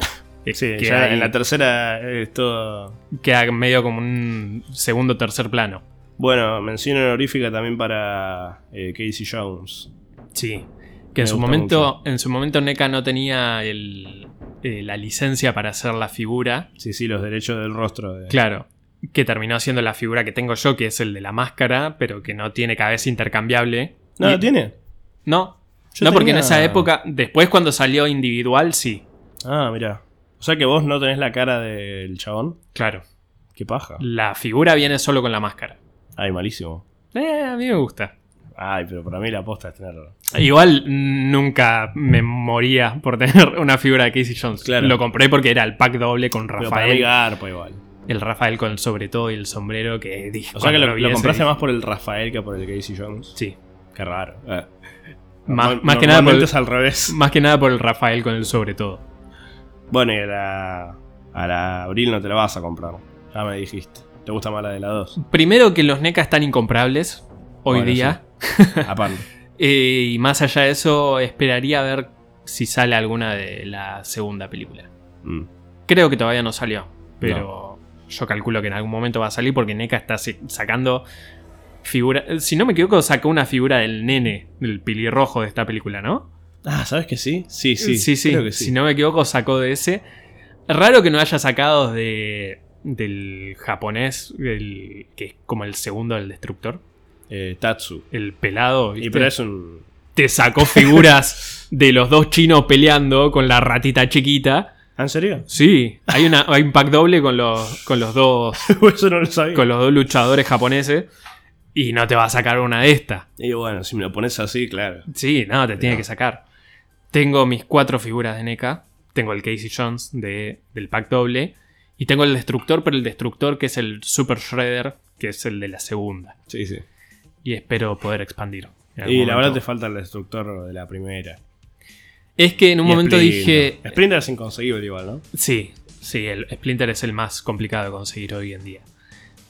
[SPEAKER 2] Sí,
[SPEAKER 1] que
[SPEAKER 2] ya
[SPEAKER 1] ahí-
[SPEAKER 2] en la tercera es todo.
[SPEAKER 1] Queda medio como un segundo tercer plano.
[SPEAKER 2] Bueno, mención honorífica también para eh, Casey Jones.
[SPEAKER 1] Sí. Que
[SPEAKER 2] Me
[SPEAKER 1] en su
[SPEAKER 2] gusta
[SPEAKER 1] momento, en su momento NECA no tenía el- eh, la licencia para hacer la figura.
[SPEAKER 2] Sí, sí, los derechos del rostro. de-
[SPEAKER 1] Claro. que terminó siendo la figura que tengo yo, que es el de la máscara, pero que no tiene cabeza intercambiable.
[SPEAKER 2] No,
[SPEAKER 1] Y-
[SPEAKER 2] lo tiene.
[SPEAKER 1] No,
[SPEAKER 2] Yo
[SPEAKER 1] no porque en
[SPEAKER 2] tenía-
[SPEAKER 1] esa época, después cuando salió individual, sí.
[SPEAKER 2] Ah, mirá. O sea que vos no tenés la cara del chabón.
[SPEAKER 1] Claro,
[SPEAKER 2] Qué paja.
[SPEAKER 1] la figura viene solo con la máscara.
[SPEAKER 2] Ay, malísimo.
[SPEAKER 1] Eh, a mí me gusta.
[SPEAKER 2] Ay, pero para mí la aposta es tenerlo.
[SPEAKER 1] Igual nunca me moría por tener una figura de Casey Jones.
[SPEAKER 2] Claro.
[SPEAKER 1] Lo compré porque era el pack doble con
[SPEAKER 2] Pero para
[SPEAKER 1] Rafael.
[SPEAKER 2] mí garpa igual.
[SPEAKER 1] El Rafael con el sobre todo y el sombrero que dije.
[SPEAKER 2] O sea que
[SPEAKER 1] cuando
[SPEAKER 2] lo,
[SPEAKER 1] vi
[SPEAKER 2] lo
[SPEAKER 1] ese
[SPEAKER 2] compraste
[SPEAKER 1] dije,
[SPEAKER 2] más por el Rafael que por el Casey Jones.
[SPEAKER 1] Sí. Ah.
[SPEAKER 2] Qué raro. Eh.
[SPEAKER 1] Más,
[SPEAKER 2] Normal-
[SPEAKER 1] más que nada por
[SPEAKER 2] normalmente
[SPEAKER 1] el,
[SPEAKER 2] es al revés.
[SPEAKER 1] más que nada por el Rafael con el sobre todo.
[SPEAKER 2] Bueno, y a la, a la Abril no te la vas a comprar. Ya me dijiste. Te gusta más la de la 2.
[SPEAKER 1] Primero que los NECA están incomprables hoy
[SPEAKER 2] Bueno,
[SPEAKER 1] día.
[SPEAKER 2] Aparte.
[SPEAKER 1] Eh, y más allá de eso, esperaría a ver si sale alguna de la segunda película.
[SPEAKER 2] Mm.
[SPEAKER 1] Creo que todavía no salió, pero yo calculo que en algún momento va a salir porque NECA está si- sacando figura. Si no me equivoco, sacó una figura del nene, del pilirrojo de esta película, ¿no?
[SPEAKER 2] Ah, ¿sabes que sí? Sí, sí.
[SPEAKER 1] sí.
[SPEAKER 2] Creo que sí.
[SPEAKER 1] Si no me equivoco, sacó de ese. Raro que no haya sacado de, del japonés, del- que es como el segundo del destructor,
[SPEAKER 2] Eh, Tatsu.
[SPEAKER 1] el pelado.
[SPEAKER 2] Y
[SPEAKER 1] ¿viste?
[SPEAKER 2] pero es un.
[SPEAKER 1] te sacó figuras de los dos chinos peleando con la ratita chiquita.
[SPEAKER 2] ¿Ah, ¿En serio?
[SPEAKER 1] Sí, hay, una, hay un pack doble con los, con, los dos,
[SPEAKER 2] Pues Eso no lo sabía.
[SPEAKER 1] con los dos luchadores japoneses y no te va a sacar una de estas.
[SPEAKER 2] Y bueno, si me lo pones así, claro.
[SPEAKER 1] Sí, no, te tiene que sacar. Tengo mis cuatro figuras de NECA. Tengo el Casey Jones de, del pack doble. Y tengo el Destructor, pero el Destructor que es el Super Shredder, que es el de la segunda.
[SPEAKER 2] Sí, sí.
[SPEAKER 1] Y espero poder expandir. en algún
[SPEAKER 2] Y la verdad
[SPEAKER 1] momento.
[SPEAKER 2] te falta el destructor de la primera.
[SPEAKER 1] Es que en un
[SPEAKER 2] Y
[SPEAKER 1] momento
[SPEAKER 2] Splinter.
[SPEAKER 1] dije,
[SPEAKER 2] Splinter es inconseguible igual, ¿no?
[SPEAKER 1] Sí, sí, el Splinter es el más complicado de conseguir hoy en día.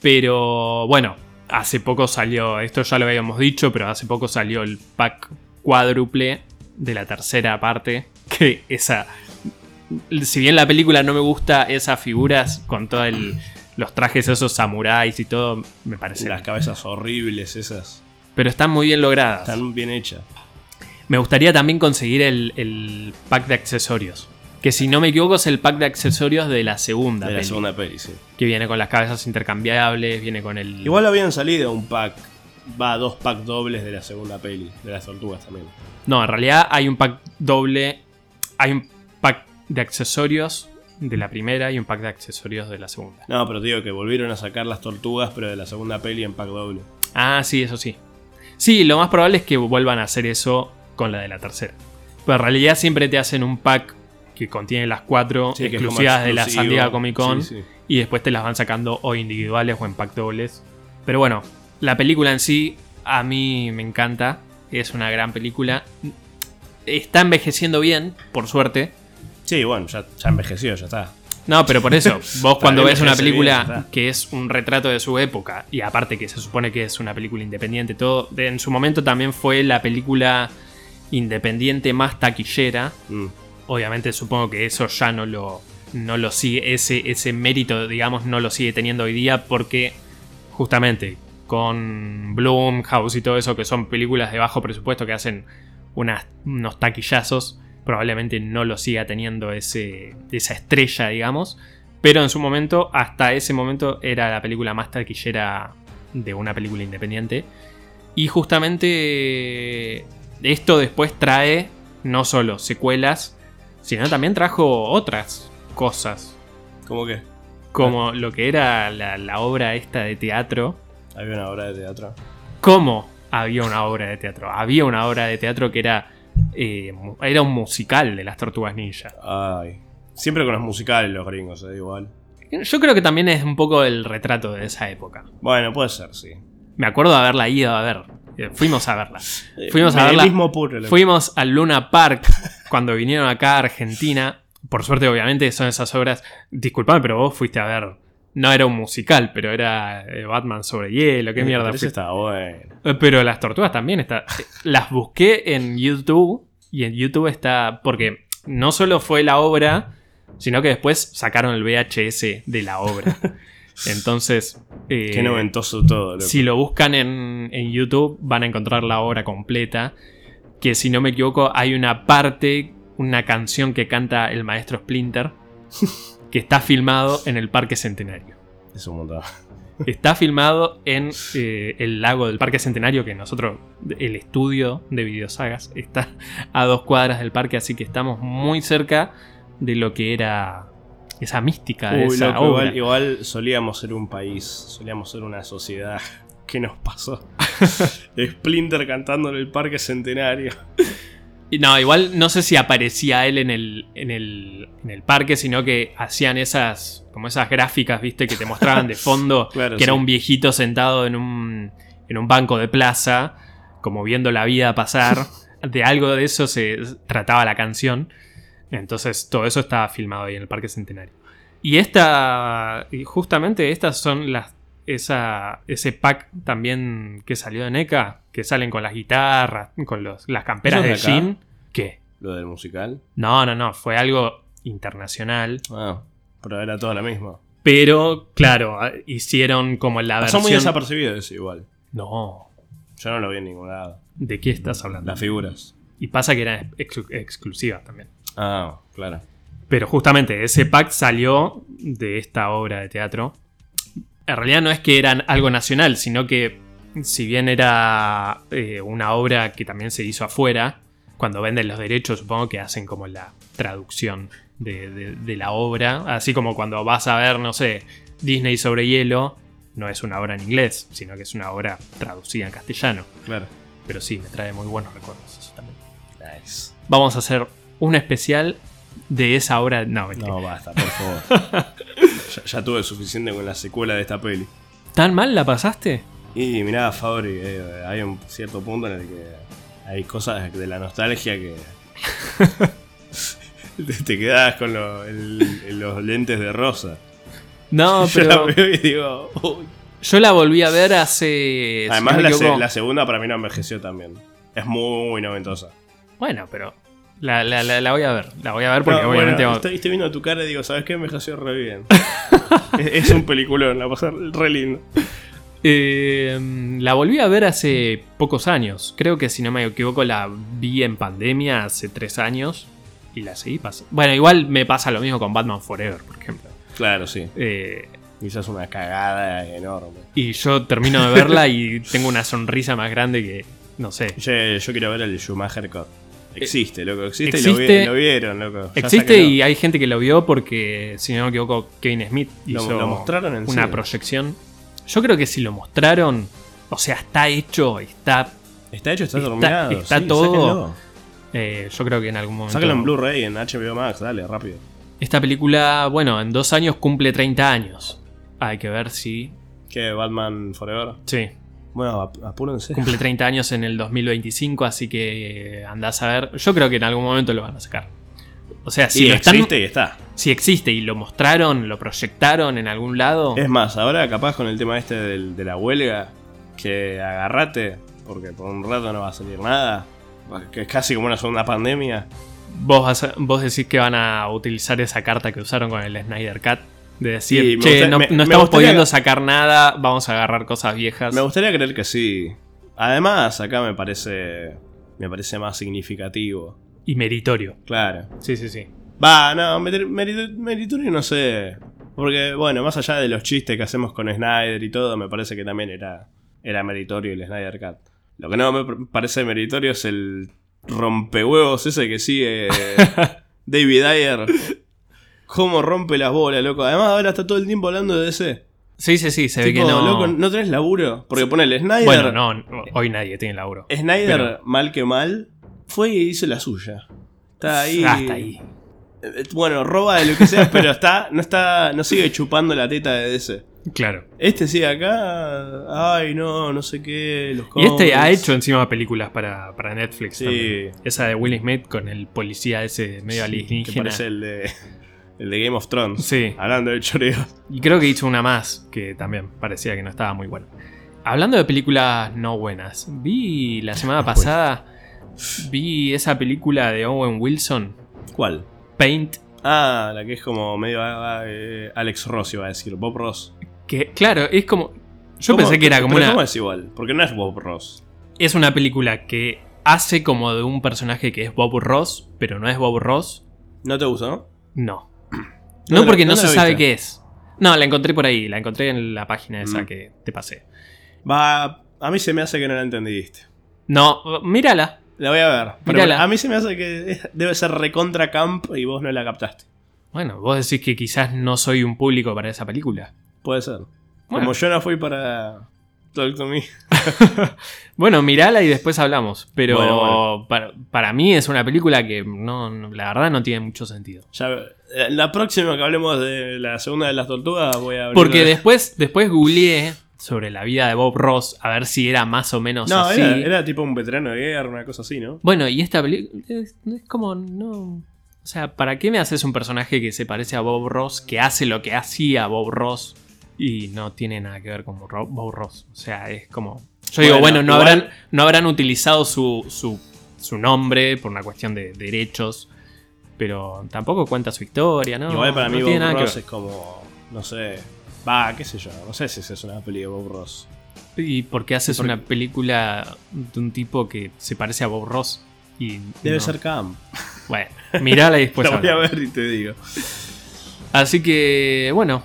[SPEAKER 1] Pero bueno, hace poco salió, esto ya lo habíamos dicho, pero hace poco salió el pack cuádruple de la tercera parte, que esa... Si bien la película no me gusta, esas figuras con todos los trajes esos samuráis y todo, me parece.
[SPEAKER 2] Las cabezas horribles esas.
[SPEAKER 1] Pero están muy bien logradas.
[SPEAKER 2] Están bien hechas.
[SPEAKER 1] Me gustaría también conseguir el, el pack de accesorios. Que si no me equivoco es el pack de accesorios de la segunda.
[SPEAKER 2] De la
[SPEAKER 1] peli.
[SPEAKER 2] segunda peli, Mm. sí.
[SPEAKER 1] Que viene con las cabezas intercambiables, viene con el.
[SPEAKER 2] Igual habían salido un pack. Va, dos packs dobles de la segunda peli. De las tortugas también.
[SPEAKER 1] No, en realidad hay un pack doble. Hay un pack de accesorios de la primera y un pack de accesorios de la segunda.
[SPEAKER 2] No, pero te digo que volvieron a sacar las tortugas, pero de la segunda peli en pack doble.
[SPEAKER 1] Ah, sí, eso sí. Sí, lo más probable es que vuelvan a hacer eso con la de la tercera. Pero en realidad siempre te hacen un pack que contiene las cuatro
[SPEAKER 2] Sí, que es como
[SPEAKER 1] exclusivas de la San
[SPEAKER 2] exclusivo.
[SPEAKER 1] Diego Comic Con.
[SPEAKER 2] Sí, sí.
[SPEAKER 1] y después te las van sacando o individuales o en pack dobles. Pero bueno, la película en sí a mí me encanta, es una gran película. Está envejeciendo bien, por suerte.
[SPEAKER 2] Sí, bueno, ya, ya envejeció, ya está.
[SPEAKER 1] No, pero por eso, vos cuando ves una
[SPEAKER 2] envejece bien,
[SPEAKER 1] película
[SPEAKER 2] está.
[SPEAKER 1] que es un retrato de su época, y aparte que se supone que es una película independiente, todo, de- en su momento también fue la película independiente más taquillera,
[SPEAKER 2] Mm.
[SPEAKER 1] obviamente supongo que eso ya no lo, no lo sigue, ese, ese mérito, digamos, no lo sigue teniendo hoy día porque justamente con Bloomhouse y todo eso, que son películas de bajo presupuesto que hacen unas- unos taquillazos, probablemente no lo siga teniendo ese, esa estrella, digamos. Pero en su momento, hasta ese momento, era la película más taquillera de una película independiente. Y justamente esto después trae no solo secuelas, sino también trajo otras cosas,
[SPEAKER 2] ¿Cómo que?
[SPEAKER 1] como lo que era la, la obra esta de teatro.
[SPEAKER 2] Había una obra de teatro.
[SPEAKER 1] ¿Cómo había una obra de teatro? Había una obra de teatro que era, eh, mu- era un musical de las tortugas ninja.
[SPEAKER 2] Ay. Siempre con los musicales los gringos, eh, igual.
[SPEAKER 1] Yo creo que también es un poco el retrato de esa época.
[SPEAKER 2] Bueno, puede ser, sí.
[SPEAKER 1] Me acuerdo de haberla ido a ver. Eh, Fuimos a verla.
[SPEAKER 2] Eh,
[SPEAKER 1] Fuimos a verla.
[SPEAKER 2] Medialismo puro. lo-
[SPEAKER 1] Fuimos al Luna Park cuando vinieron acá a Argentina. Por suerte, obviamente, son esas obras. Disculpame, pero vos fuiste a ver. No era un musical, pero era eh, Batman sobre hielo, qué mierda.
[SPEAKER 2] Pero eso
[SPEAKER 1] fuiste?
[SPEAKER 2] está bueno.
[SPEAKER 1] Eh, Pero las tortugas también está. Las busqué en YouTube y en YouTube está. Porque no solo fue la obra, sino que después sacaron el VHS de la obra. Entonces. eh,
[SPEAKER 2] Qué noventoso todo, loco.
[SPEAKER 1] si lo buscan en, en YouTube, van a encontrar la obra completa. Que si no me equivoco, hay una parte, una canción que canta el maestro Splinter, que está filmado en el Parque Centenario.
[SPEAKER 2] Es un montón.
[SPEAKER 1] Está filmado en eh, el lago del Parque Centenario, que nosotros, el estudio de videosagas, está a dos cuadras del parque, así que estamos muy cerca de lo que era esa mística de
[SPEAKER 2] Uy,
[SPEAKER 1] Ah, esa
[SPEAKER 2] loco,
[SPEAKER 1] obra.
[SPEAKER 2] igual, igual solíamos ser un país, solíamos ser una sociedad. ¿Qué nos pasó? Splinter cantando en el Parque Centenario.
[SPEAKER 1] Y No, igual no sé si aparecía él en el, en el, en el parque, sino que hacían esas, como esas gráficas, viste, que te mostraban de fondo,
[SPEAKER 2] Claro,
[SPEAKER 1] que era
[SPEAKER 2] sí.
[SPEAKER 1] un viejito sentado en un, en un banco de plaza, como viendo la vida pasar. De algo de eso se trataba la canción. Entonces todo eso estaba filmado ahí en el Parque Centenario. Y esta, y justamente estas son las, esa, ese pack también que salió de NECA, que salen con las guitarras, con los, las camperas de
[SPEAKER 2] ¿Eso es de acá?
[SPEAKER 1] jean. ¿Qué?
[SPEAKER 2] Lo del musical.
[SPEAKER 1] No, no, no, fue algo internacional.
[SPEAKER 2] Ah, pero era todo lo mismo.
[SPEAKER 1] Pero, claro, a- hicieron como la
[SPEAKER 2] Pasó Ah, muy
[SPEAKER 1] versión...
[SPEAKER 2] desapercibido eso igual.
[SPEAKER 1] no,
[SPEAKER 2] Yo no lo vi en ningún lado.
[SPEAKER 1] ¿de qué estás hablando?
[SPEAKER 2] Las figuras.
[SPEAKER 1] Y pasa que eran ex- exclusivas también.
[SPEAKER 2] Ah, claro.
[SPEAKER 1] Pero justamente ese pack salió de esta obra de teatro. En realidad no es que eran algo nacional, sino que si bien era eh, una obra que también se hizo afuera, cuando venden los derechos supongo que hacen como la traducción de, de- de la obra. Así como cuando vas a ver, no sé, Disney sobre hielo, no es una obra en inglés, sino que es una obra traducida en castellano.
[SPEAKER 2] Claro.
[SPEAKER 1] Pero sí, me trae muy buenos recuerdos eso también.
[SPEAKER 2] Nice.
[SPEAKER 1] Vamos a hacer un especial de esa obra. No, mentira.
[SPEAKER 2] No, basta, por favor. ya, ya tuve suficiente con la secuela de esta peli.
[SPEAKER 1] ¿Tan mal la pasaste?
[SPEAKER 2] Y mirá, Fabri, eh, hay un cierto punto en el que hay cosas de la nostalgia que. te, te quedabas con lo- el- los lentes de rosa.
[SPEAKER 1] No,
[SPEAKER 2] Yo la
[SPEAKER 1] pero
[SPEAKER 2] veo y digo. uy.
[SPEAKER 1] yo la volví a ver hace. si no
[SPEAKER 2] Además,
[SPEAKER 1] me
[SPEAKER 2] la, se-
[SPEAKER 1] equivoco-
[SPEAKER 2] la segunda para mí no envejeció también. Es muy noventosa.
[SPEAKER 1] Bueno, pero. La, la- la- la voy a ver. La voy a ver porque
[SPEAKER 2] No,
[SPEAKER 1] obviamente.
[SPEAKER 2] bueno,
[SPEAKER 1] va-
[SPEAKER 2] estoy, estoy viendo tu cara y digo, ¿sabes qué? Envejeció re bien. es, es un peliculón, la pasar re lindo.
[SPEAKER 1] Eh, la volví a ver hace pocos años. Creo que si no me equivoco la vi en pandemia hace tres años. Y la seguí pasando. Bueno, igual me pasa lo mismo con Batman Forever, por ejemplo.
[SPEAKER 2] Claro, sí.
[SPEAKER 1] Eh,
[SPEAKER 2] Quizás una cagada enorme.
[SPEAKER 1] y yo termino de verla y tengo una sonrisa más grande que. No sé.
[SPEAKER 2] Yo, yo quiero ver el Schumacher Cut. Existe, loco, existe,
[SPEAKER 1] existe-
[SPEAKER 2] y lo, vi- lo vieron, loco. Ya
[SPEAKER 1] Existe
[SPEAKER 2] sáquenlo.
[SPEAKER 1] y hay gente que lo vio porque, si no me equivoco, Kevin Smith
[SPEAKER 2] Lo-
[SPEAKER 1] hizo
[SPEAKER 2] lo mostraron en
[SPEAKER 1] una
[SPEAKER 2] cine.
[SPEAKER 1] proyección. Yo creo que si lo mostraron, o sea, está hecho, está.
[SPEAKER 2] Está hecho, está,
[SPEAKER 1] está-
[SPEAKER 2] terminado.
[SPEAKER 1] está
[SPEAKER 2] sí,
[SPEAKER 1] todo.
[SPEAKER 2] Sáquenlo,
[SPEAKER 1] eh, yo creo que en algún momento.
[SPEAKER 2] Sáquenlo en Blu-ray, en HBO Max, dale, rápido.
[SPEAKER 1] Esta película, bueno, en dos años cumple 30 años. Hay que ver si.
[SPEAKER 2] ¿Qué? ¿Batman Forever?
[SPEAKER 1] Sí,
[SPEAKER 2] Bueno, ap- apúrense.
[SPEAKER 1] cumple 30 años en el 2025, así que andás a ver. Yo creo que en algún momento lo van a sacar. O sea, si,
[SPEAKER 2] y
[SPEAKER 1] lo están-
[SPEAKER 2] existe y está.
[SPEAKER 1] si existe y lo mostraron, lo proyectaron en algún lado.
[SPEAKER 2] Es más, ahora capaz con el tema este del- de la huelga, que agarrate, porque por un rato no va a salir nada. Que es casi como una segunda pandemia.
[SPEAKER 1] Vos, vas a- vos decís que van a utilizar esa carta que usaron con el Snyder Cat. De decir,
[SPEAKER 2] Y me
[SPEAKER 1] che,
[SPEAKER 2] gusta-
[SPEAKER 1] no,
[SPEAKER 2] me-
[SPEAKER 1] no
[SPEAKER 2] me
[SPEAKER 1] estamos
[SPEAKER 2] gustaría-
[SPEAKER 1] pudiendo sacar nada, vamos a agarrar cosas viejas.
[SPEAKER 2] Me gustaría creer que sí. Además, acá me parece. Me parece más significativo.
[SPEAKER 1] Y meritorio.
[SPEAKER 2] Claro.
[SPEAKER 1] Sí, sí, sí.
[SPEAKER 2] Va, no, meter- merito- meritorio no sé. Porque, bueno, más allá de los chistes que hacemos con Snyder y todo, me parece que también era, era meritorio el Snyder Cat. Lo que no me pr- parece meritorio es el rompehuevos ese que sigue David Ayer. Cómo rompe las bolas, loco. Además, ahora está todo el tiempo hablando de ese.
[SPEAKER 1] Sí, sí, sí, se ve
[SPEAKER 2] Tipo,
[SPEAKER 1] que no.
[SPEAKER 2] loco, no tenés laburo. Porque ponele Snyder.
[SPEAKER 1] bueno, no, no, hoy nadie tiene laburo.
[SPEAKER 2] Snyder,
[SPEAKER 1] Pero-
[SPEAKER 2] mal que mal, fue y hizo la suya. Está ahí.
[SPEAKER 1] Ah, está ahí.
[SPEAKER 2] Eh, Bueno, roba de lo que sea, pero está, no está, no sigue chupando la teta de ese.
[SPEAKER 1] Claro.
[SPEAKER 2] Este sigue acá, ay no, no sé qué, los
[SPEAKER 1] Y este ha
[SPEAKER 2] cómics.
[SPEAKER 1] hecho encima películas para, para Netflix.
[SPEAKER 2] Sí.
[SPEAKER 1] también. Esa de Will Smith con el policía ese medio
[SPEAKER 2] Que
[SPEAKER 1] alienígena.
[SPEAKER 2] parece el de, el de Game of Thrones.
[SPEAKER 1] Sí.
[SPEAKER 2] Hablando de choreo.
[SPEAKER 1] Y creo que hizo una más que también parecía que no estaba muy buena. Hablando de películas no buenas, vi la semana pasada, vi esa película de Owen Wilson,
[SPEAKER 2] ¿Cuál?
[SPEAKER 1] Paint,
[SPEAKER 2] Ah, la que es como medio ah, eh, Alex Ross iba a decir, Bob Ross.
[SPEAKER 1] que claro, es como... Yo
[SPEAKER 2] ¿Cómo-
[SPEAKER 1] pensé que era como
[SPEAKER 2] pero
[SPEAKER 1] una...
[SPEAKER 2] ¿Cómo
[SPEAKER 1] es?
[SPEAKER 2] es igual? Porque no es Bob Ross.
[SPEAKER 1] una película que hace como de un personaje que es Bob Ross, pero no es Bob Ross,
[SPEAKER 2] ¿No te gustó?
[SPEAKER 1] no.
[SPEAKER 2] ¿Dónde
[SPEAKER 1] No
[SPEAKER 2] la-
[SPEAKER 1] porque no
[SPEAKER 2] dónde
[SPEAKER 1] se
[SPEAKER 2] la
[SPEAKER 1] sabe
[SPEAKER 2] viste?
[SPEAKER 1] qué es. No, la encontré por ahí, la encontré en la página esa
[SPEAKER 2] Mm.
[SPEAKER 1] que te pasé.
[SPEAKER 2] Va, a mí se me hace que no la entendiste.
[SPEAKER 1] No, mírala.
[SPEAKER 2] La voy a ver. Pero
[SPEAKER 1] Mírala.
[SPEAKER 2] a mí se me hace que es- debe ser recontra camp y vos no la captaste.
[SPEAKER 1] Bueno, vos decís que quizás no soy un público para esa película.
[SPEAKER 2] Puede ser.
[SPEAKER 1] Bueno.
[SPEAKER 2] Como yo no fui para Talk to Me.
[SPEAKER 1] Bueno, mirala y después hablamos. Pero
[SPEAKER 2] Bueno, bueno.
[SPEAKER 1] Para, para mí es una película que no, no- la verdad no tiene mucho sentido.
[SPEAKER 2] Ya, eh, la próxima que hablemos de la segunda de las tortugas voy a abrir.
[SPEAKER 1] Porque después, después googleé sobre la vida de Bob Ross a ver si era más o menos
[SPEAKER 2] No,
[SPEAKER 1] así.
[SPEAKER 2] era, era tipo un veterano de guerra, una cosa así, ¿no?
[SPEAKER 1] Bueno, y esta película es, es como no. O sea, ¿para qué me haces un personaje que se parece a Bob Ross, que hace lo que hacía Bob Ross y no tiene nada que ver con Ro- Bob Ross? O sea, es como. Yo digo,
[SPEAKER 2] Bueno,
[SPEAKER 1] bueno, no,
[SPEAKER 2] igual-
[SPEAKER 1] habrán, no habrán utilizado su, su, su nombre por una cuestión de derechos, pero tampoco cuenta su historia, ¿no?
[SPEAKER 2] Igual para
[SPEAKER 1] No
[SPEAKER 2] mí
[SPEAKER 1] tiene nada
[SPEAKER 2] Bob
[SPEAKER 1] que
[SPEAKER 2] Ross
[SPEAKER 1] ver.
[SPEAKER 2] es como. No sé. Va, qué sé yo. No sé si esa es una peli de Bob Ross.
[SPEAKER 1] ¿Y por qué haces
[SPEAKER 2] ¿Y por
[SPEAKER 1] una película de un tipo que se parece a Bob Ross? Y
[SPEAKER 2] Debe
[SPEAKER 1] no? Pues
[SPEAKER 2] ser Camp.
[SPEAKER 1] Bueno, mirala y después
[SPEAKER 2] la voy
[SPEAKER 1] hablamos.
[SPEAKER 2] a ver y te digo.
[SPEAKER 1] Así que, bueno,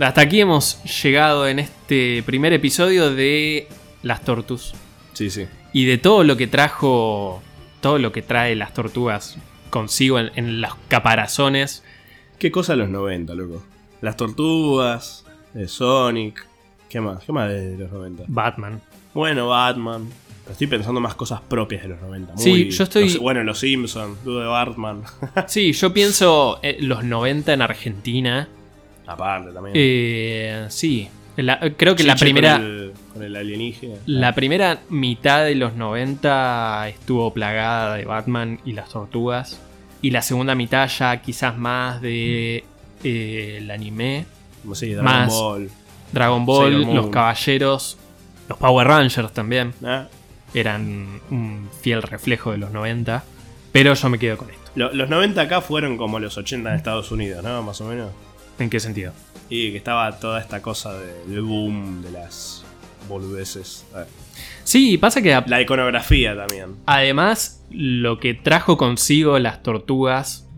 [SPEAKER 1] hasta aquí hemos llegado en este primer episodio de Las Tortus.
[SPEAKER 2] Sí, sí.
[SPEAKER 1] Y de todo lo que trajo, todo lo que trae las tortugas consigo en, en los caparazones.
[SPEAKER 2] ¿Qué cosa de los 90, loco? Las tortugas, eh, Sonic. ¿Qué más? ¿Qué más de los 90?
[SPEAKER 1] Batman.
[SPEAKER 2] Bueno, Batman. Pero Estoy pensando más cosas propias de los 90. Muy,
[SPEAKER 1] Sí, yo estoy-
[SPEAKER 2] no sé, bueno, los Simpsons, dudo de Batman.
[SPEAKER 1] Sí, yo pienso eh, los 90 en Argentina.
[SPEAKER 2] Aparte también.
[SPEAKER 1] Eh, sí, la- creo que la
[SPEAKER 2] Chiche
[SPEAKER 1] primera...
[SPEAKER 2] Con el, con el alienígena.
[SPEAKER 1] La primera mitad de los 90 estuvo plagada de Batman y las tortugas. Y la segunda mitad ya quizás más de eh, el anime,
[SPEAKER 2] Como sí, Dragon
[SPEAKER 1] más.
[SPEAKER 2] Ball.
[SPEAKER 1] Dragon Ball,
[SPEAKER 2] Sailor Moon.
[SPEAKER 1] los caballeros, los Power Rangers también.
[SPEAKER 2] ¿no?
[SPEAKER 1] Eran un fiel reflejo de los 90. Pero yo me quedo con esto.
[SPEAKER 2] Lo- los 90 acá fueron como los 80 en Estados Unidos, ¿no? Más o menos.
[SPEAKER 1] ¿En qué sentido?
[SPEAKER 2] Y que estaba toda esta cosa de- del boom, de las boludeces. A ver,
[SPEAKER 1] Sí, pasa que a-
[SPEAKER 2] La iconografía también.
[SPEAKER 1] Además, lo que trajo consigo las tortugas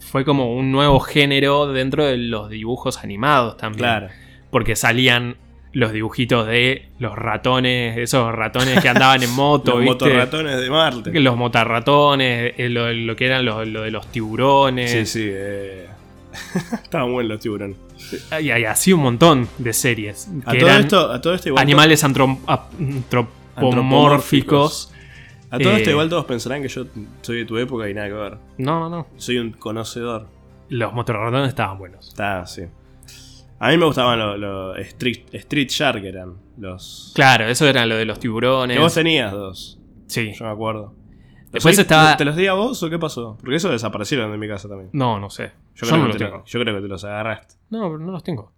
[SPEAKER 1] fue como un nuevo género dentro de los dibujos animados también.
[SPEAKER 2] Claro.
[SPEAKER 1] Porque salían los dibujitos de los ratones, esos ratones que andaban en moto,
[SPEAKER 2] Los
[SPEAKER 1] ¿viste?
[SPEAKER 2] motorratones de Marte.
[SPEAKER 1] Los motarratones, eh, lo, lo que eran los- lo de los tiburones.
[SPEAKER 2] Sí, sí. eh. Estaban buenos los tiburones.
[SPEAKER 1] Y, y así un montón de series.
[SPEAKER 2] A
[SPEAKER 1] que
[SPEAKER 2] todo,
[SPEAKER 1] eran
[SPEAKER 2] esto, a todo esto igual.
[SPEAKER 1] animales antrom- ap- antropomórficos.
[SPEAKER 2] Antropomórficos. A todo esto
[SPEAKER 1] eh,
[SPEAKER 2] igual todos pensarán que yo soy de tu época y nada que ver.
[SPEAKER 1] No, no.
[SPEAKER 2] Soy un conocedor.
[SPEAKER 1] Los motorratones estaban buenos.
[SPEAKER 2] Está, sí. A mí me gustaban los Street, Street Shark eran los.
[SPEAKER 1] Claro, eso era lo de los tiburones.
[SPEAKER 2] Que vos tenías dos,
[SPEAKER 1] Sí.
[SPEAKER 2] yo me acuerdo. ¿Los
[SPEAKER 1] Después
[SPEAKER 2] oí-
[SPEAKER 1] estaba-
[SPEAKER 2] ¿Te los di a vos o qué pasó? Porque esos desaparecieron de mi casa también.
[SPEAKER 1] No, no sé. Yo,
[SPEAKER 2] creo
[SPEAKER 1] no
[SPEAKER 2] que
[SPEAKER 1] los
[SPEAKER 2] te-
[SPEAKER 1] tengo.
[SPEAKER 2] yo creo que te los agarraste.
[SPEAKER 1] No, pero no los tengo.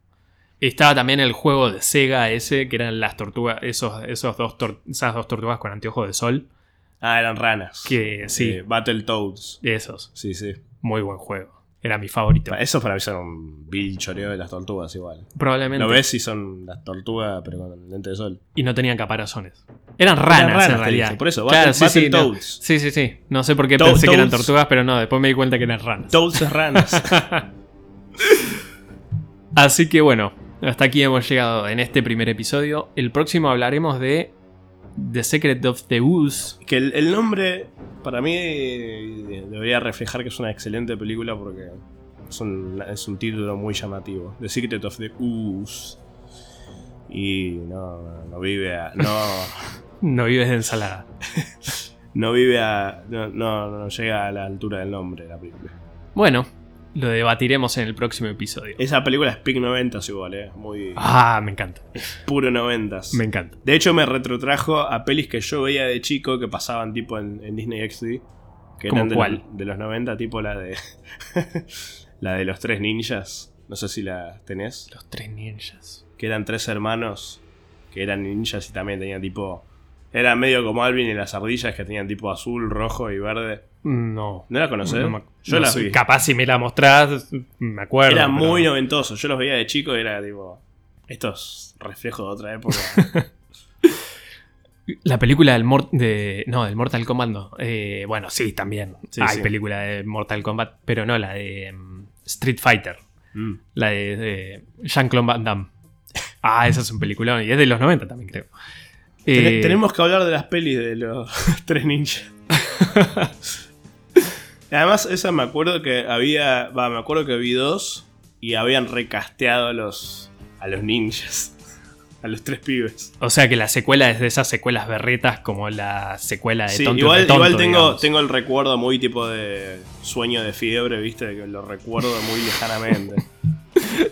[SPEAKER 1] Estaba también el juego de Sega ese, que eran las tortugas, esos, esos dos tor- esas dos tortugas con anteojos de sol.
[SPEAKER 2] Ah, eran ranas.
[SPEAKER 1] Que sí,
[SPEAKER 2] Eh, Battletoads.
[SPEAKER 1] esos.
[SPEAKER 2] Sí, sí.
[SPEAKER 1] Muy buen juego. Era mi favorito.
[SPEAKER 2] Esos para mí son un vil choreo de las tortugas igual.
[SPEAKER 1] Probablemente.
[SPEAKER 2] Lo ves y son las tortugas, pero con lente de sol.
[SPEAKER 1] Y no tenían caparazones. Eran ranas,
[SPEAKER 2] ranas,
[SPEAKER 1] en
[SPEAKER 2] te
[SPEAKER 1] realidad.
[SPEAKER 2] dije, por eso,
[SPEAKER 1] claro,
[SPEAKER 2] Battle-
[SPEAKER 1] sí, sí, no.
[SPEAKER 2] Battletoads.
[SPEAKER 1] sí, sí, sí. No sé por qué
[SPEAKER 2] To-
[SPEAKER 1] pensé que eran
[SPEAKER 2] Toads.
[SPEAKER 1] tortugas, pero no, después me di cuenta que eran ranas.
[SPEAKER 2] Toads es ranas.
[SPEAKER 1] Así que bueno, hasta aquí hemos llegado en este primer episodio. El próximo hablaremos de The Secret of the Ooze.
[SPEAKER 2] Que el, el nombre, para mí, eh, debería reflejar que es una excelente película porque es un, es un título muy llamativo. The Secret of the Ooze. Y no, no vive a. No,
[SPEAKER 1] No vives de ensalada.
[SPEAKER 2] no vive a. No, no, no llega a la altura del nombre de la película.
[SPEAKER 1] Bueno, lo debatiremos en el próximo episodio.
[SPEAKER 2] Esa película es Pick 90 igual, ¿eh? Muy
[SPEAKER 1] Ah, me encanta.
[SPEAKER 2] puro 90s.
[SPEAKER 1] Me encanta.
[SPEAKER 2] De hecho, me retrotrajo a pelis que yo veía de chico que pasaban tipo en, en Disney XD. Que
[SPEAKER 1] ¿Cómo
[SPEAKER 2] eran de,
[SPEAKER 1] cuál?
[SPEAKER 2] los- de los 90, tipo la de. la de los tres ninjas. No sé si la tenés.
[SPEAKER 1] Los tres ninjas.
[SPEAKER 2] Que eran tres hermanos que eran ninjas y también tenían tipo. Era medio como Alvin y las ardillas que tenían tipo azul, rojo y verde.
[SPEAKER 1] No.
[SPEAKER 2] ¿No la conocés?
[SPEAKER 1] No me-
[SPEAKER 2] yo
[SPEAKER 1] no
[SPEAKER 2] la
[SPEAKER 1] sé,
[SPEAKER 2] vi.
[SPEAKER 1] Capaz si me la mostrás, me acuerdo.
[SPEAKER 2] Era
[SPEAKER 1] pero-
[SPEAKER 2] muy noventoso. Yo los veía de chico y era tipo. Estos reflejos de otra época.
[SPEAKER 1] La película del, Mor- de... no, del Mortal Kombat no. Eh, bueno, sí, también.
[SPEAKER 2] Sí,
[SPEAKER 1] Hay
[SPEAKER 2] sí.
[SPEAKER 1] película de Mortal Kombat, pero no la de mm, Street Fighter.
[SPEAKER 2] Mm.
[SPEAKER 1] La de, de Jean-Claude Van Damme. Ah, esa es un peliculón. Y es de los 90 también, creo.
[SPEAKER 2] Tene-
[SPEAKER 1] Eh,
[SPEAKER 2] Tenemos que hablar de las pelis de los tres ninjas. Además, esa me acuerdo que había. Va, me acuerdo que vi dos y habían recasteado a los. a los ninjas. A los tres pibes.
[SPEAKER 1] O sea que la secuela es de esas secuelas berretas como la secuela de
[SPEAKER 2] Sí,
[SPEAKER 1] Eh, Tonto y
[SPEAKER 2] igual,
[SPEAKER 1] Retonto,
[SPEAKER 2] igual tengo,
[SPEAKER 1] digamos.
[SPEAKER 2] tengo el recuerdo muy tipo de sueño de fiebre, viste, que lo recuerdo muy lejanamente.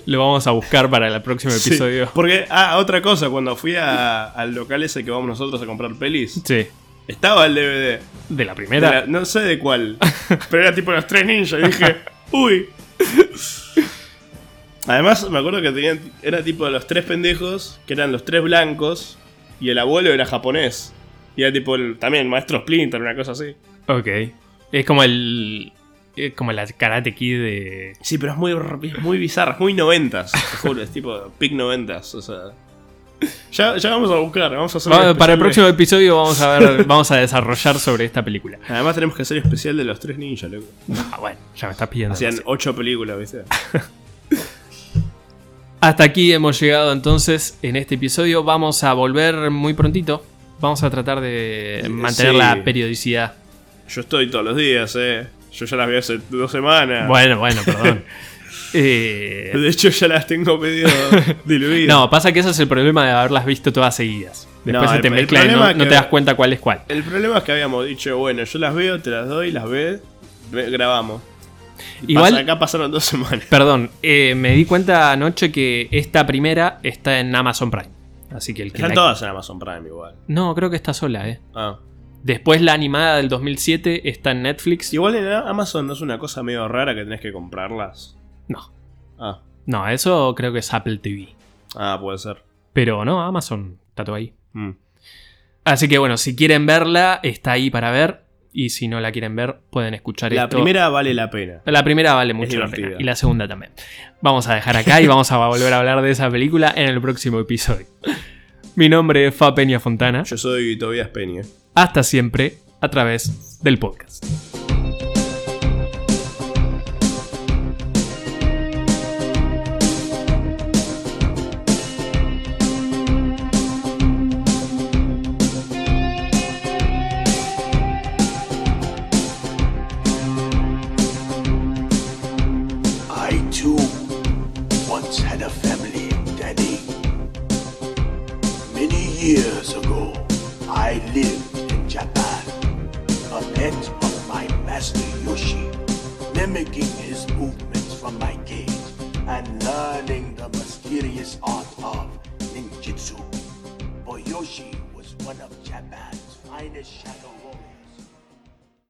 [SPEAKER 1] Lo vamos a buscar para el próximo
[SPEAKER 2] Sí,
[SPEAKER 1] episodio.
[SPEAKER 2] porque, ah, otra cosa, cuando fui a- al local ese que vamos nosotros a comprar pelis,
[SPEAKER 1] Sí.
[SPEAKER 2] estaba el DVD.
[SPEAKER 1] De la primera.
[SPEAKER 2] De la- no sé de cuál. pero era tipo los tres ninjas. Y dije, uy. Además, me acuerdo que tenían. Era tipo los tres pendejos, que eran los tres blancos. Y el abuelo era japonés. Y era tipo el- también maestro Splinter, una cosa así.
[SPEAKER 1] Ok. Es como el. Es como la Karate Kid de.
[SPEAKER 2] Sí, pero es muy, es muy bizarra, es muy noventas. Te juro, es tipo pic noventas. O sea. Ya, ya vamos a buscar, vamos a hacer. un
[SPEAKER 1] Va- Ah, para el
[SPEAKER 2] especial
[SPEAKER 1] próximo episodio vamos a ver, vamos a desarrollar sobre esta película.
[SPEAKER 2] de- Además, tenemos que hacer especial de los tres ninjas, loco.
[SPEAKER 1] Ah, bueno, ya me estás pidiendo.
[SPEAKER 2] Hacían
[SPEAKER 1] demasiado.
[SPEAKER 2] ocho películas, ¿viste?
[SPEAKER 1] Hasta aquí hemos llegado entonces en este episodio. Vamos a volver muy prontito. Vamos a tratar de
[SPEAKER 2] Eh,
[SPEAKER 1] mantener
[SPEAKER 2] sí.
[SPEAKER 1] la periodicidad.
[SPEAKER 2] Yo estoy todos los días, eh. Yo ya las vi hace dos semanas.
[SPEAKER 1] Bueno, bueno, perdón. Eh,
[SPEAKER 2] De hecho, ya las tengo medio diluidas.
[SPEAKER 1] no, pasa que ese es el problema de haberlas visto todas seguidas. Después
[SPEAKER 2] No,
[SPEAKER 1] se
[SPEAKER 2] el-
[SPEAKER 1] te
[SPEAKER 2] el
[SPEAKER 1] mezcla y
[SPEAKER 2] problema
[SPEAKER 1] no,
[SPEAKER 2] es
[SPEAKER 1] no
[SPEAKER 2] que-
[SPEAKER 1] te das cuenta cuál es cuál.
[SPEAKER 2] El problema es que habíamos dicho, bueno, yo las veo, te las doy, las ves, ve- grabamos. Y
[SPEAKER 1] Igual-
[SPEAKER 2] pasa- acá pasaron dos semanas.
[SPEAKER 1] Perdón, eh, me di cuenta anoche que esta primera está en Amazon Prime. Así que el que
[SPEAKER 2] Están
[SPEAKER 1] la-
[SPEAKER 2] todas en Amazon Prime igual.
[SPEAKER 1] No, creo que está sola, eh.
[SPEAKER 2] Ah.
[SPEAKER 1] Después la animada del 2007 está en Netflix.
[SPEAKER 2] Igual en Amazon no es una cosa medio rara que tenés que comprarlas.
[SPEAKER 1] No,
[SPEAKER 2] Ah,
[SPEAKER 1] no, eso creo que es Apple TV.
[SPEAKER 2] ah puede ser.
[SPEAKER 1] Pero no, Amazon está todo ahí.
[SPEAKER 2] Mm.
[SPEAKER 1] Así que bueno, si quieren verla, está ahí para ver. Y si no la quieren ver, pueden escuchar
[SPEAKER 2] La
[SPEAKER 1] esto.
[SPEAKER 2] primera vale la pena.
[SPEAKER 1] La primera vale mucho la
[SPEAKER 2] divertida.
[SPEAKER 1] pena. Y la segunda también. Vamos a dejar acá y vamos a volver a hablar de esa película en el próximo episodio. Mi nombre es Fa Peña Fontana.
[SPEAKER 2] Yo soy Tobias Peña.
[SPEAKER 1] hasta siempre a través del podcast.
[SPEAKER 3] I too once had a family, Daddy. Many years ago, I lived in Japan, a pet of my master Yoshi, mimicking his movements from my cage and learning the mysterious art of ninjutsu. For Yoshi was one of Japan's finest shadows.